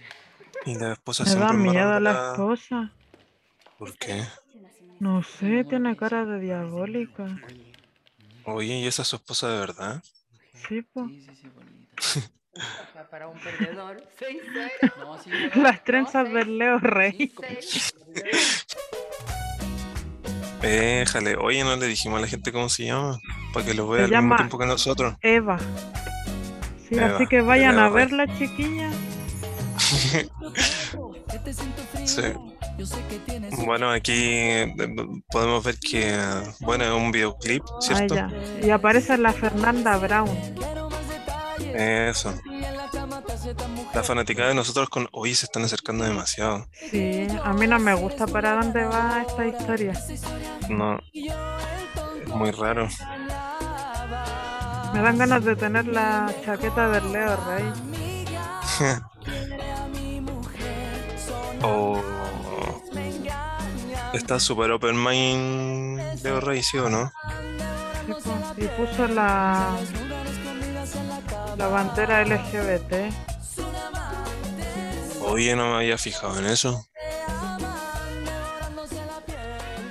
A: y la esposa
B: Me da
A: siempre
B: miedo
A: embarrándola.
B: las cosas.
A: ¿Por qué?
B: No sé, tiene cara de diabólica.
A: Oye, ¿y esa es su esposa de verdad?
B: Sí, pues.
D: Sí, sí, sí, bonita.
E: Para un perdedor. Seis cero.
D: No, sí,
B: Las trenzas del Leo Rey.
E: Seis
A: Déjale, oye, no le dijimos a la gente cómo se llama, para que lo vea
B: Se
A: al
B: llama-
A: mismo tiempo que nosotros.
B: Eva. Sí,
A: Eva,
B: así que vayan
A: Leo
B: a
A: Rey.
B: verla, chiquillas.
A: Sí. Bueno, aquí eh, podemos ver que, eh, bueno, es un videoclip,
B: Ah,
A: ¿cierto?
B: ya. Y aparece la Fernanda Brown.
A: Eso. La fanaticada de nosotros con hoy se están acercando demasiado.
B: Sí, a mí no me gusta para dónde va esta historia.
A: No. Es muy raro.
B: Me dan ganas de tener la chaqueta del Leo Rey.
A: o está super open mind de Rey, ¿sí o no?
B: Sí, po, Y puso la, la bandera LGBT.
A: Oye, no me había fijado en eso.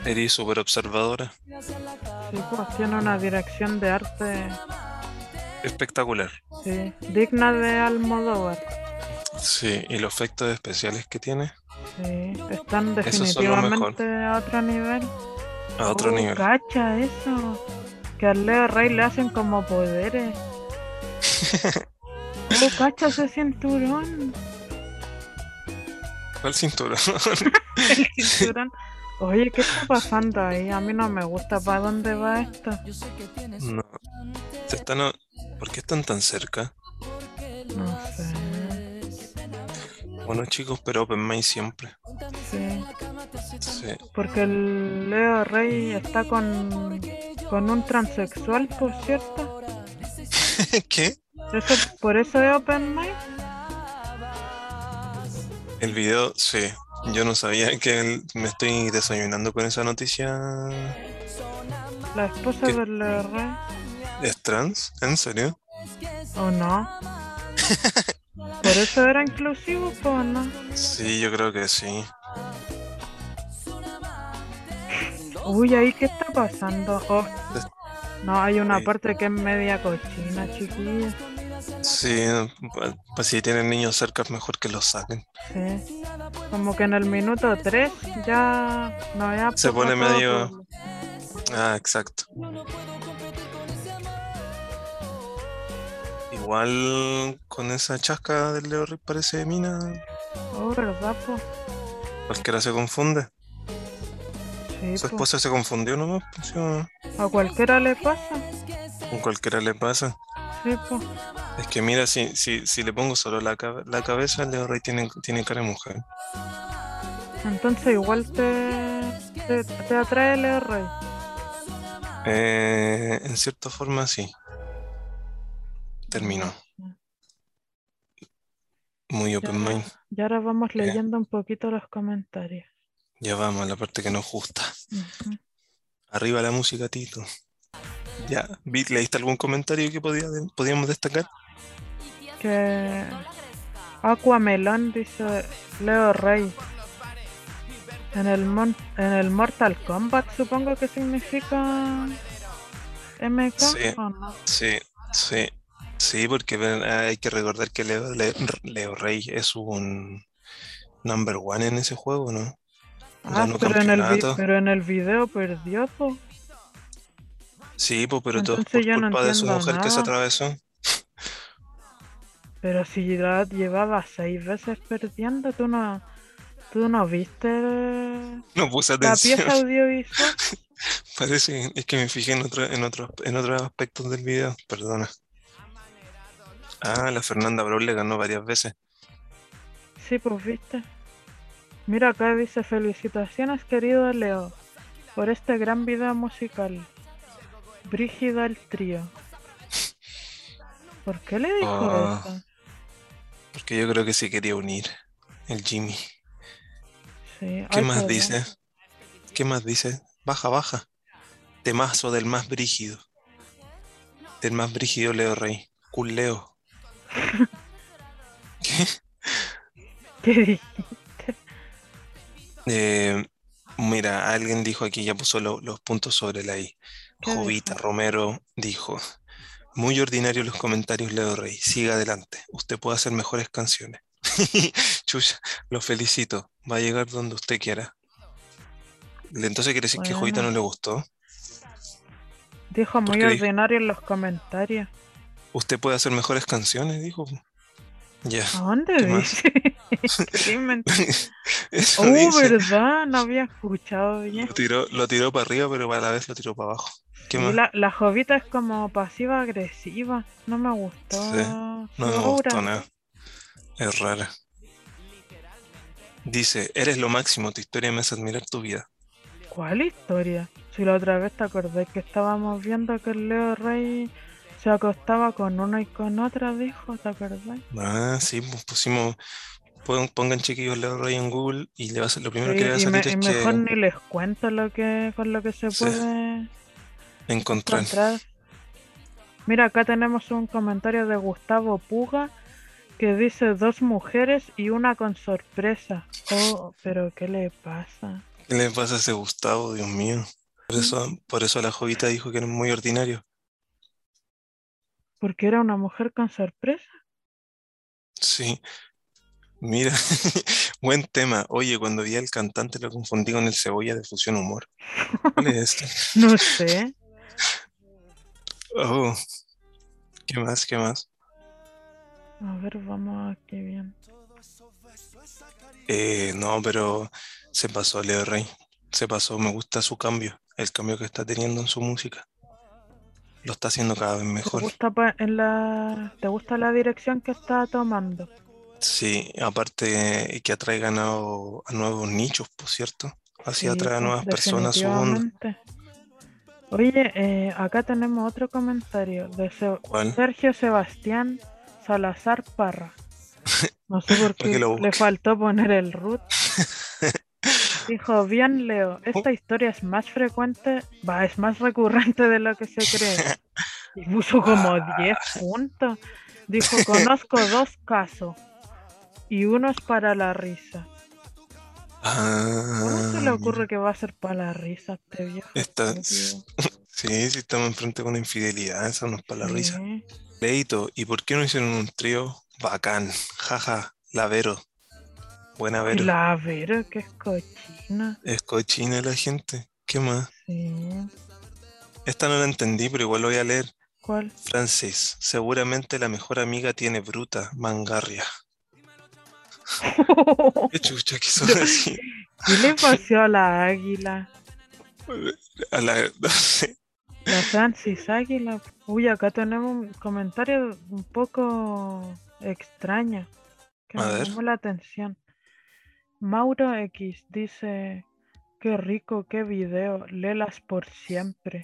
A: Eres súper observadora.
B: Sí, pues tiene una dirección de arte
A: Espectacular.
B: sí, digna de Almodóvar.
A: Sí, y los efectos especiales que tiene
B: Sí, están
A: Eso es lo mejor.
B: definitivamente a otro nivel.
A: a otro
B: Oh,
A: nivel.
B: Cacha eso. Que al Leo Rey le hacen como poderes. oh, cacha ese cinturón.
A: ¿Cuál cinturón?
B: El cinturón. Oye, ¿qué está pasando ahí? A mí no me gusta. ¿Para dónde va esto?
A: no. Se están a- ¿Por qué están tan cerca?
B: No sé.
A: Bueno, chicos, pero open mind siempre.
B: Sí.
A: Sí.
B: Porque el Leo Rey está con, Mm. con un transexual, pues, por cierto.
A: ¿Qué?
B: Eso, por eso es Open Mind.
A: El video, sí. Yo no sabía que el- me estoy desayunando con esa noticia.
B: La esposa
A: ¿Qué?
B: del Leo Rey.
A: ¿Es trans? ¿En serio?
B: ¿O no? por eso era inclusivo, ¿o no?
A: Sí, yo creo que sí.
B: Uy, ahí qué está pasando. Oh. No, hay una
A: Sí.
B: parte que es media cochina, chiquilla.
A: Sí, pa- pa- si tienen niños cerca es mejor que los saquen.
B: Sí. Como que en el minuto 3 ya no había
A: Se pone
B: pasado
A: medio-
B: por-
A: Ah, exacto. Igual con esa chasca del Leo Rey parece de mina.
B: Oh, ¿verdad, po?
A: Cualquiera se confunde.
B: Sí,
A: Su
B: po.
A: esposa se confundió nomás. pues, sí, ¿no?
B: A cualquiera le pasa.
A: Con cualquiera le pasa.
B: Sí, po.
A: Es que mira, si, si, si le pongo solo la, cabe- la cabeza, Leo Rey tiene, tiene cara de mujer.
B: Entonces igual te, te, te atrae el R.
A: Eh, en cierta forma, sí. Terminó. Muy open
B: Ya.
A: mind.
B: Y ahora vamos
A: Ya.
B: leyendo un poquito los comentarios.
A: Ya vamos a la parte que nos gusta.
B: Ujú.
A: Arriba la música, Tito. Ya, Bit, ¿leíste algún comentario que podía, podíamos destacar?
B: Que Aquamelon dice Leo Rey. En el, mon- en el Mortal Kombat supongo que significa MK
A: Sí.
B: o no.
A: Sí, sí. Sí, porque ven, hay que recordar que Leo, Le- Leo Rey es un number one en ese juego, ¿no?
B: Ah,
A: Ganó
B: pero en, el vi-
A: campeonato.
B: pero en el video perdió, po.
A: Sí, pues, pero todo es
B: Entonces
A: por
B: yo no
A: culpa de su
B: entiendo
A: mujer que se
B: nada.
A: atravesó.
B: Pero si la llevaba seis veces perdiendo, tú no, tú no viste el-
A: No puse
B: la
A: atención.
B: pieza audiovisual.
A: Parece, es que me fijé en otro, en otro, en otros aspectos del video, perdona. Ah, la Fernanda Brown le ganó varias veces.
B: Sí, pues viste. Mira acá dice felicitaciones querido Leo por este gran video musical. Brígido el trío. ¿Por qué le dijo
A: Ah.
B: eso?
A: Porque yo creo que se quería unir. El Jimmy.
B: Sí,
A: ¿Qué
B: ay,
A: más
B: perdón.
A: dice? ¿Qué más dice? Baja, baja. Temazo del más brígido. Del más brígido Leo Rey. Cool Leo. ¿Qué?
B: ¿Qué di-
A: Eh, mira, alguien dijo aquí, ya puso lo- los puntos sobre la I.
B: ¿Qué
A: Jovita
B: dijo?
A: Romero dijo, muy ordinario los comentarios, Leo Rey, siga adelante, usted puede hacer mejores canciones. Chucha, lo felicito, va a llegar donde usted quiera. Entonces quiere decir que Jovita
B: Bueno.
A: no le gustó.
B: Dijo muy
A: qué dijo?
B: ordinario en los comentarios.
A: Usted puede hacer mejores canciones, dijo. Ya.
B: ¿A dónde
A: ¿Qué más?
B: dice? Qué invent-
A: Eso
B: Oh,
A: dice.
B: verdad, no había escuchado bien.
A: Lo tiró, lo tiró para arriba, pero a la vez lo tiró para abajo. ¿Qué
B: Y
A: más?
B: la, la jovita es como pasiva agresiva. No me gustó.
A: Sí, No me
B: su
A: gustó
B: aura.
A: nada. Es rara. Dice, eres lo máximo, tu historia me hace admirar tu vida.
B: ¿Cuál historia? Si la otra vez te acordé que estábamos viendo que el Leo Rey Se acostaba con una y con otra, dijo, ¿te acordás?
A: Ah, sí, pues pusimos. pon- Pongan chiquillos Leo Rey en Google y le va a ser- lo primero
B: Sí,
A: que le va a
B: y,
A: salir
B: me- y
A: es que
B: mejor ni les cuento lo que, con lo que se
A: Sí.
B: puede
A: encontrar.
B: encontrar. Mira, acá tenemos un comentario de Gustavo Puga que dice dos mujeres y una con sorpresa. Oh, pero ¿qué le pasa?
A: ¿Qué le pasa a ese Gustavo, Dios mío? Por eso, por eso la Jovita dijo que era muy ordinario.
B: Porque era una mujer con sorpresa.
A: Sí. Mira, buen tema. Oye, cuando vi al cantante lo confundí con el cebolla de Fusión Humor. ¿Cuál es este?
B: No sé.
A: Oh, ¿qué más? ¿Qué más?
B: A ver, vamos aquí bien.
A: Eh, no, pero se pasó Leo Rey. Se pasó, me gusta su cambio, el cambio que está teniendo en su música. Lo está haciendo cada vez
B: ¿Te
A: mejor.
B: gusta, pa- en la, ¿Te gusta la dirección que está tomando?
A: Sí, aparte eh, que atrae ganado a nuevos nichos, por cierto. Así atrae a
B: pues,
A: nuevas personas a su onda.
B: definitivamente. Oye, eh, acá tenemos otro comentario de Se-
A: ¿Cuál?
B: Sergio Sebastián Salazar Parra. No sé
A: Para
B: por
A: que
B: qué
A: lo
B: le
A: busque.
B: faltó poner el root. Dijo, bien
A: Oh.
B: Leo, esta historia es más frecuente, va, es más recurrente de lo que se cree. Y puso como 10 puntos. Dijo, conozco dos casos y uno es para la risa. ¿Cómo se le
A: Ah,
B: ocurre que va a ser para la risa este viejo?
A: Esta, sí,
B: estúpido?
A: sí, estamos enfrente de una infidelidad, esa no es para la risa.
B: Sí.
A: Leito, ¿y por qué no hicieron un trío? Bacán, jaja, la Vero. Buena
B: Y
A: Vero.
B: la Vero, que es cochina.
A: Es cochina la gente. ¿Qué más?
B: Sí.
A: Esta no la entendí, pero igual lo voy a leer.
B: ¿Cuál?
A: Francis, seguramente la mejor amiga tiene bruta, mangarria. ¿Qué chucha quiso decir?
B: ¿Qué le pasó a la águila?
A: A la, no sé.
B: La Francis Águila. Uy, acá tenemos un comentario un poco extraño que
A: A
B: me
A: ver.
B: llamó la atención. Mauro X dice, qué rico, qué video, lelas por siempre.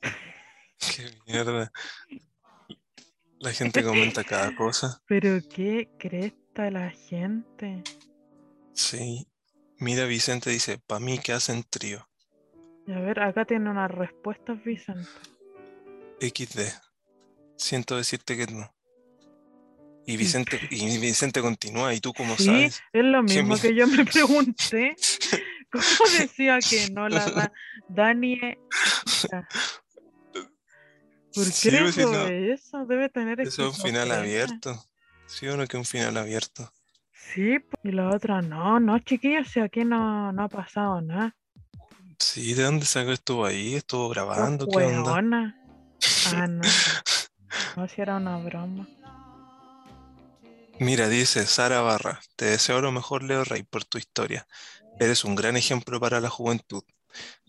A: Qué mierda. La gente comenta cada cosa.
B: Pero qué cresta la gente.
A: Sí. Mira, Vicente dice, pa' mí que hacen trío.
B: Y a ver, acá tiene unas respuestas, Vicente.
A: XD. Siento decirte que no. Y Vicente, y Vicente continúa, y tú como
B: Sí,
A: sabes.
B: es lo
A: Qué
B: mismo
A: mi-
B: que yo me pregunté. ¿Cómo decía que no la da Dani? Mira. ¿Por qué
A: Sí, pues, si
B: dijo
A: no,
B: eso? Debe tener
A: Eso es un final
B: esquizofrenia.
A: abierto. ¿Sí o no que un final abierto?
B: Sí, po, y la otra, no, no, chiquillos, si aquí no, no ha pasado nada.
A: Sí, ¿de dónde sacó estuvo ahí? ¿Estuvo
B: Dos
A: grabando? ¿Qué onda?
B: hueonas. Ah, no. No, si era una broma.
A: Mira, dice Sara Barra, te deseo lo mejor, Leo Rey, por tu historia. Eres un gran ejemplo para la juventud.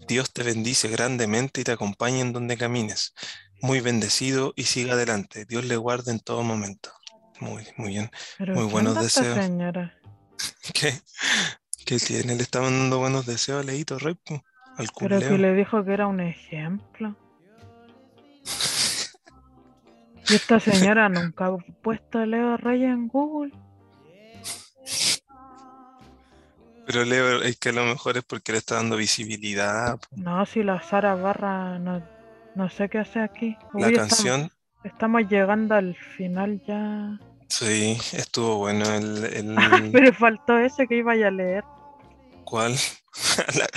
A: Dios te bendice grandemente y te acompañe en donde camines. Muy bendecido y siga adelante. Dios le guarde en todo momento. Muy, muy bien.
B: Pero
A: Muy
B: ¿qué
A: buenos
B: onda esta
A: deseos.
B: señora?
A: ¿Qué? ¿Qué tiene? Le está mandando buenos deseos a Leito Rey, po, al
B: Pero
A: culeo.
B: que le dijo que era un ejemplo. Y esta señora nunca ha puesto a Leo Reyes en Google.
A: Pero Leo, es que a lo mejor es porque le está dando visibilidad. po.
B: No, si la Sara Barra no, no sé qué hace aquí.
A: La
B: Uy, estam-
A: canción.
B: Estamos, llegando al final ya.
A: Sí, estuvo bueno el, el-
B: Pero faltó ese que iba a leer.
A: ¿cuál? La-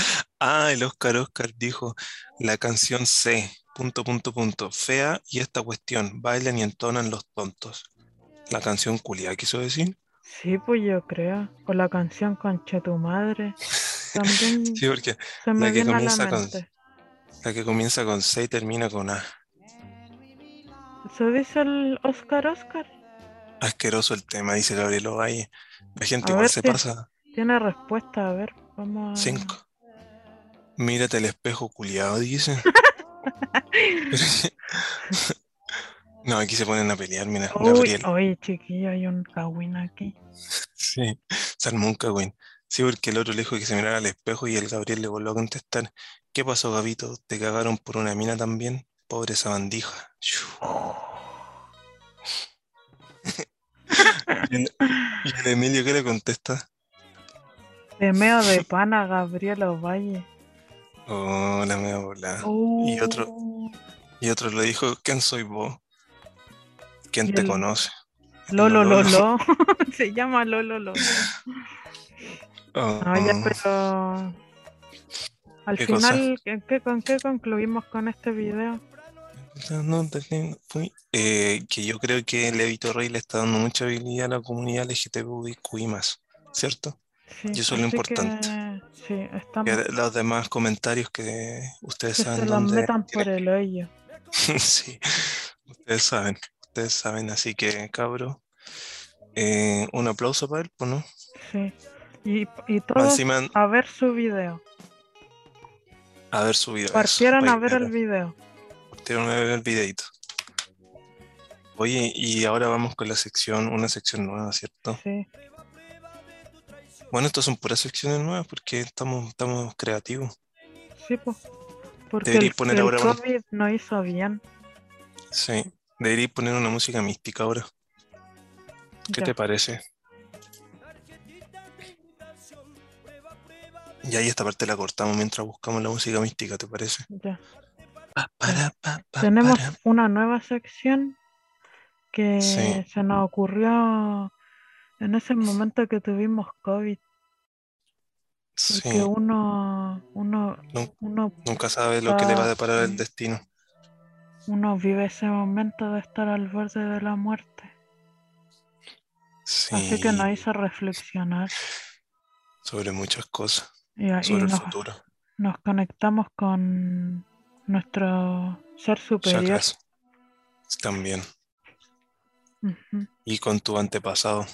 A: ah, el Oscar Oscar dijo la canción C, punto, punto, punto, fea y esta cuestión, bailan y entonan los tontos. La canción culiá quiso decir.
B: Sí, pues yo creo. Con la canción Concha tu madre. También
A: Sí, porque
B: se me
A: que
B: viene a la
A: comienza con-
B: mente.
A: la que comienza con C y termina con A.
B: ¿Eso dice el Oscar Oscar?
A: Asqueroso el tema, dice Gabriel Ovalle. La gente
B: A
A: igual
B: ver,
A: se
B: sí.
A: pasa.
B: Tiene respuesta, a ver, vamos a...
A: Cinco. Mírate al espejo culiado, dice. No, aquí se ponen a pelear, mira,
B: Uy, oh.
A: Gabriel.
B: oye, chiquillo, hay un cagüín aquí.
A: Sí, Salmón Cagüín. Sí, porque el otro le dijo que se mirara al espejo y el Gabriel le volvió a contestar. ¿Qué pasó, Gabito? ¿Te cagaron por una mina también? Pobre sabandija. Shoo. y, el, y el Emilio, ¿qué le contesta?
B: Temeo de pana, Gabriela Ovalle.
A: Oh, la mea volada. Y otro-
B: Oh,
A: Y otro le dijo, ¿quién soy vos? ¿Quién
B: Y
A: te
B: el-
A: conoce?
B: Lolo,
A: Lolo,
B: Lolo. Se llama Lolo, Lolo.
A: Oh,
B: No, Ah, ya,
A: oh.
B: pero. Al
A: ¿Qué cosa?
B: final, ¿qué- qué- ¿con qué concluimos con este video?
A: No, no, te entiendo. Fui- eh, que yo creo que Levito Rey le está dando mucha habilidad a la comunidad LGTBIQI+, ¿cierto?
B: Sí,
A: Y eso es lo
B: así
A: importante.
B: que, sí, estamos.
A: Que los demás comentarios que ustedes
B: Que
A: saben
B: se los
A: dónde
B: metan por
A: tienen
B: el
A: que-
B: hoyo.
A: Sí, ustedes saben, ustedes saben, así que cabro, eh, un aplauso para él, pues, ¿no?
B: Sí. Y, y
A: Más
B: todos
A: Encima,
B: a ver su video.
A: haber subido eso,
B: Partieron a
A: oye,
B: ver
A: claro.
B: el video.
A: Tienen el videito. Oye, y ahora vamos con la sección, una sección nueva, ¿cierto?
B: Sí.
A: Bueno, estas son puras secciones nuevas porque estamos, estamos creativos.
B: Sí, po. Porque
A: Debería
B: el,
A: poner
B: el
A: ahora una-
B: COVID no hizo bien.
A: Sí. Debería poner una música mística ahora. ¿Qué
B: Ya.
A: te parece? Y ahí esta parte la cortamos mientras buscamos la música mística, ¿te parece?
B: Ya.
A: Pa, para, pa, pa,
B: Tenemos
A: para.
B: una nueva sección que
A: Sí.
B: se nos ocurrió en ese momento que tuvimos COVID.
A: Sí,
B: Porque uno, uno,
A: Nu-
B: uno,
A: nunca sabe lo que le va a deparar
B: Ah,
A: el destino.
B: uno vive ese momento de estar al borde de la muerte.
A: Sí,
B: Así que nos hizo reflexionar
A: sobre muchas cosas,
B: y, y
A: sobre el
B: nos,
A: futuro.
B: nos conectamos con nuestro ser superior.
A: Chakras. También.
B: Ujú,
A: Y con tu antepasado,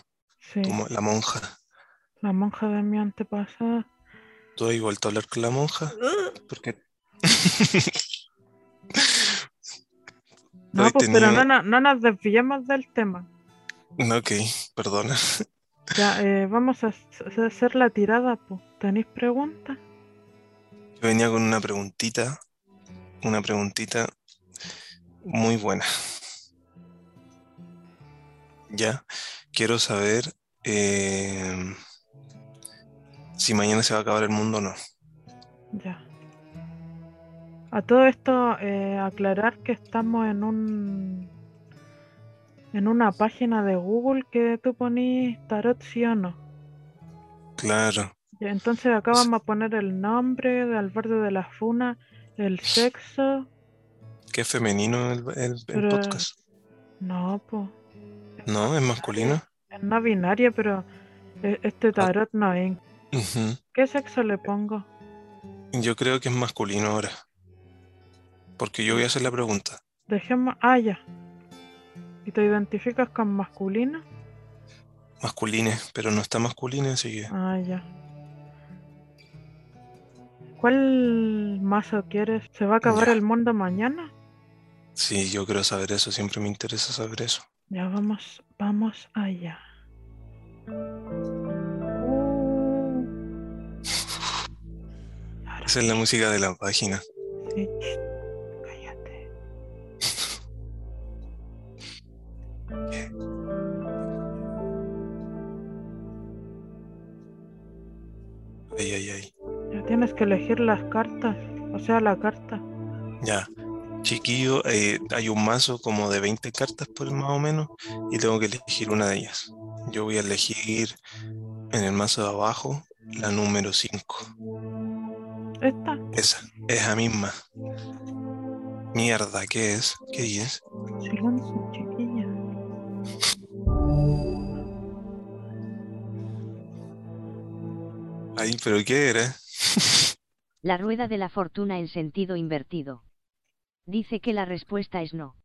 B: Sí,
A: tu mo- la monja.
B: la monja de mi antepasada.
A: ¿Tú has vuelto a hablar con la monja? Porque.
B: No,
A: Hoy
B: pues, pero
A: tenía-
B: no, no, no nos desviemos del tema.
A: No, ok, perdona.
B: Ya, eh, vamos a s- a hacer la tirada, pues. ¿Tenéis preguntas?
A: Yo venía con una preguntita. Una preguntita muy buena. Ya. Quiero saber eh, si mañana se va a acabar el mundo o no.
B: Ya. A todo esto, eh, aclarar que estamos en un en una página de Google que tú ponís tarot sí o no.
A: Claro.
B: Y Entonces acá
A: Sí.
B: vamos a poner el nombre de Alberto de la Funa, el sexo.
A: Qué femenino el, el- el
B: Pero-
A: podcast.
B: No, pues,
A: ¿No? ¿Es masculino?
B: es no binaria, pero eh, este tarot no es.
A: Ujú.
B: ¿Qué sexo le pongo?
A: Yo creo que es masculino ahora. Porque yo voy a hacer la pregunta.
B: Dejemos. Ah, ya. ¿Y te identificas con masculino?
A: Masculine, pero no está masculino, así que.
B: Ah, ya. ¿Cuál mazo quieres? ¿Se va a acabar
A: Ya.
B: el mundo mañana?
A: Sí, yo quiero saber eso, siempre me interesa saber eso.
B: Ya vamos, vamos allá. Uh, ahora
A: Esa es la música de la página.
B: sí, ch, cállate.
A: Ay, ay, ay.
B: Ya tienes que elegir las cartas, o sea, la carta.
A: Ya. Chiquillo, eh, hay un mazo como de 20 cartas por más o menos y tengo que elegir una de ellas. Yo voy a elegir en el mazo de abajo la número 5.
B: Esta,
A: Esa, esa misma. Mierda, ¿qué es? ¿Qué es?
B: silencio, chiquilla.
A: Ay, pero ¿qué era?
F: La rueda de la fortuna en sentido invertido. Dice que la respuesta es no.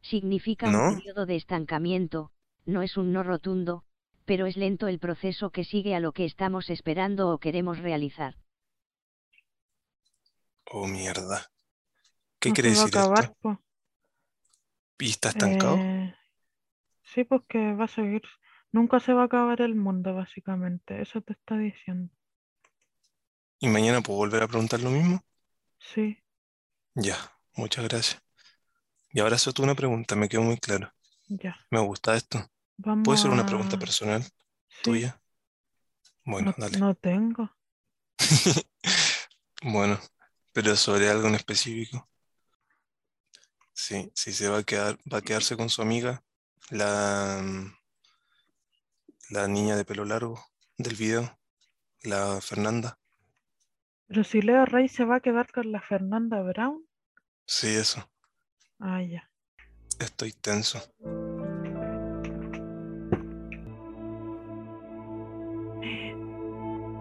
F: Significa
A: ¿No?
F: un periodo de estancamiento, no es un no rotundo, pero es lento el proceso que sigue a lo que estamos esperando o queremos realizar.
A: Oh, mierda. ¿Qué
B: No
A: quiere
B: se va a
A: decir
B: acabar,
A: esto?
B: po.
A: ¿Y está estancado?
B: Eh, sí, pues que va a seguir. Nunca se va a acabar el mundo, básicamente. Eso te está diciendo.
A: ¿Y mañana puedo volver a preguntar lo mismo?
B: Sí.
A: Ya, muchas gracias. Y ahora suelto una pregunta, me quedó muy claro.
B: Ya.
A: Me gusta esto.
B: Vamos
A: ¿Puede ser una
B: a-
A: pregunta personal
B: Mm, sí,
A: tuya? Bueno,
B: no,
A: dale.
B: no tengo.
A: Bueno, pero sobre algo en específico. Sí, si se va a quedar, va a quedarse con su amiga, la, mm, la niña de pelo largo del video, la Fernanda.
B: Pero si Leo Rey se va a quedar con la Fernanda Brown.
A: Sí, eso.
B: Ah, ya.
A: Estoy tenso.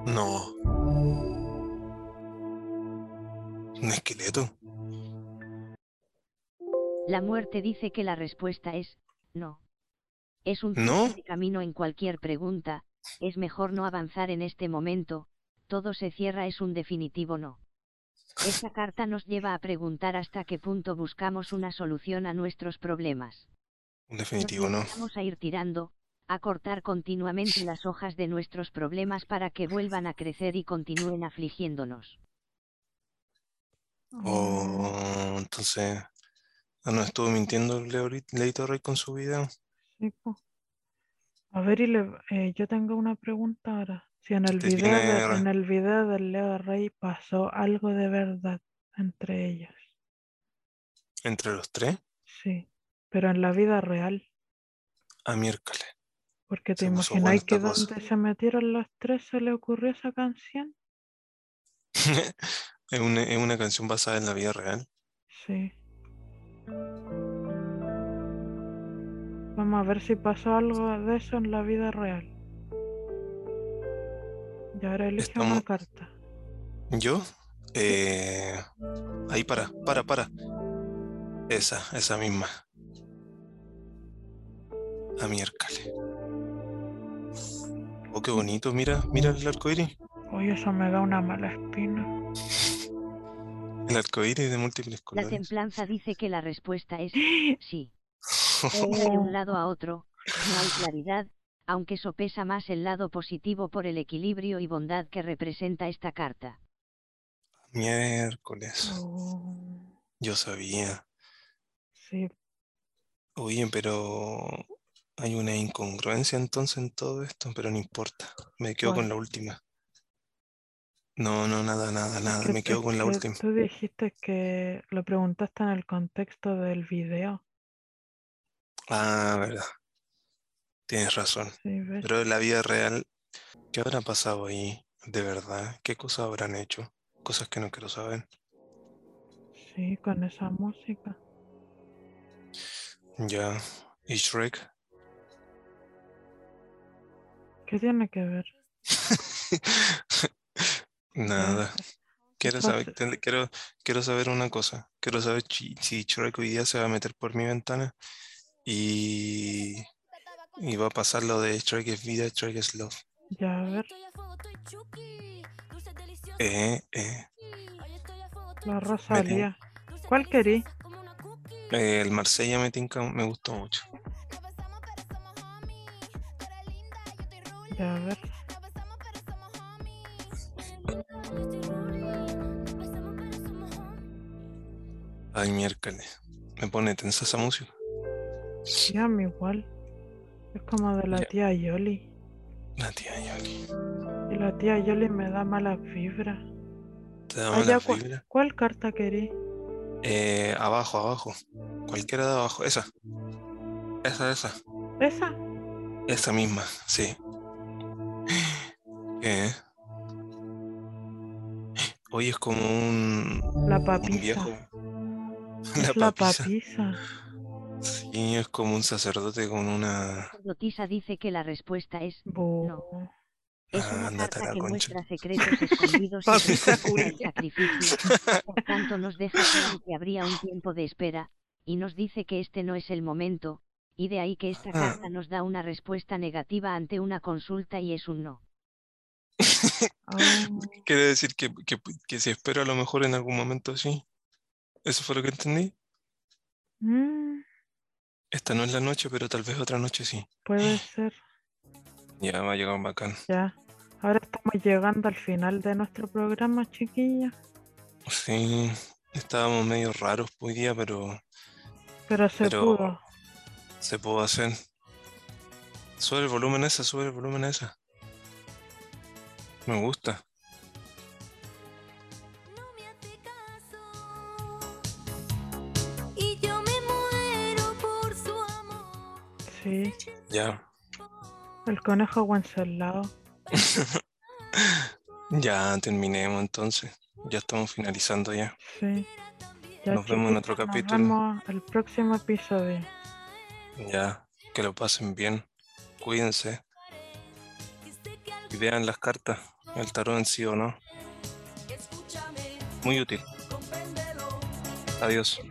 A: No. Un esqueleto.
F: La muerte dice que la respuesta es no. Es un cruce
A: ¿No?
F: de camino en cualquier pregunta, es mejor no avanzar en este momento, todo se cierra es un definitivo no. Esta carta nos lleva a preguntar hasta qué punto buscamos una solución a nuestros problemas.
A: Un definitivo no.
F: Vamos a ir tirando, a cortar continuamente las hojas de nuestros problemas para que vuelvan a crecer y continúen afligiéndonos.
A: Oh, entonces. Ah, no, estuvo mintiendo Leori- Leito Rey con su video.
B: Sí, po. A ver, y le- eh, yo tengo una pregunta ahora. Si en el,
A: Te
B: video de-
A: tiene-
B: en el video del Leo Rey pasó algo de verdad entre ellos.
A: Entre los tres,
B: Sí, pero en la vida real.
A: a miércoles.
B: Porque te
A: Se puso buena
B: imagináis
A: esta
B: que
A: cosa.
B: donde se metieron los tres se le ocurrió esa canción.
A: Es una, es una canción basada en la vida real.
B: Sí. Vamos a ver si pasó algo de eso en la vida real. Y ahora elige una
A: Estamos-
B: carta.
A: Yo, eh, ahí para, para, para. Esa, esa misma. A miércoles. Oh, qué bonito, mira, mira el arcoíris.
B: Oye, eso me da una mala espina.
A: El arcoíris de múltiples
F: La
A: colores.
F: templanza dice que la respuesta es sí.
B: Oh,
F: de un lado a otro, no hay claridad, aunque sopesa más el lado positivo por el equilibrio y bondad que representa esta carta.
A: Miércoles.
B: oh,
A: Yo sabía.
B: sí,
A: Oye, pero hay una incongruencia entonces en todo esto, pero no importa. Me quedo con
B: ¿Cuál?
A: la última. No, no, nada, nada, nada.
B: que-
A: Me quedo
B: es
A: con la
B: que
A: última.
B: Tú dijiste que lo preguntaste en el contexto del video.
A: Ah, verdad. Tienes razón.
B: Sí, ¿ves?
A: Pero en la vida real, ¿qué habrá pasado ahí? De verdad, ¿qué cosas habrán hecho? Cosas que no quiero saber.
B: Sí, con esa música.
A: Ya. ¿Y Shrek?
B: ¿Qué tiene que ver?
A: Nada. Quiero saber,
B: Entonces-
A: ten- quiero, quiero saber una cosa. Quiero saber chi- si Shrek hoy día se va a meter por mi ventana y, y va a pasar lo de Shrek es vida, Shrek es love.
B: Ya, a ver.
A: Eh, eh,
B: La Rosalía. ¿Cuál querí?
A: eh, el Marsella me tinca- me gustó mucho.
B: Ya, a ver.
A: Ay, miércoles. Me pone tensa esa música.
B: Ya, me igual. Es como de la
A: Ya.
B: tía Yoli.
A: La tía Yoli.
B: Y la tía Yoli me da malas vibras.
A: Te da
B: Ah,
A: mala
B: ya, ¿cuál-
A: vibra.
B: ¿Cuál carta querí?
A: Eh, abajo, abajo. Cualquiera de abajo. Esa. Esa, esa.
B: ¿Esa?
A: Esa misma, sí. Eh. Hoy es como un,
B: La
A: un
B: papisa.
A: viejo. La
B: Es la
A: papisa.
B: papisa.
A: Sí, es como un sacerdote con una.
F: Dotisa dice que la respuesta es
B: Bu.
F: No. es
A: Ah,
F: una
A: ándate a
F: carta
A: la
F: que
A: concha.
F: muestra secretos escondidos y
B: Papisa
F: representa el
B: culia.
F: sacrificio. Por tanto, nos deja claro que habría un tiempo de espera y nos dice que este no es el momento, y de ahí que
A: Ah.
F: esta carta nos da una respuesta negativa ante una consulta y es un no.
B: Ah,
A: Quiere decir que, que, que si espero a lo mejor en algún momento sí. Eso fue lo que entendí.
B: mm,
A: Esta no es la noche, pero tal vez otra noche sí.
B: puede ser.
A: Ya va a llegar bacán.
B: Ya. Ahora estamos llegando al final de nuestro programa, chiquilla.
A: Sí, estábamos medio raros hoy día, pero
B: Pero se
A: Pero-
B: pudo.
A: Se pudo hacer. Sube el volumen a esa, sube el volumen a esa. Me gusta.
G: No me hace caso y yo me muero por su amor.
B: Sí.
A: Ya,
B: El conejo Wenceslao.
A: ya terminemos entonces. Ya estamos finalizando ya.
B: Sí. Ya,
A: Nos vemos en otro
B: chiquillos,
A: capítulo.
B: Nos vemos el próximo episodio.
A: Ya, que lo pasen bien. Cuídense. Y vean las cartas, el tarot en sí o no. Muy útil. Adiós.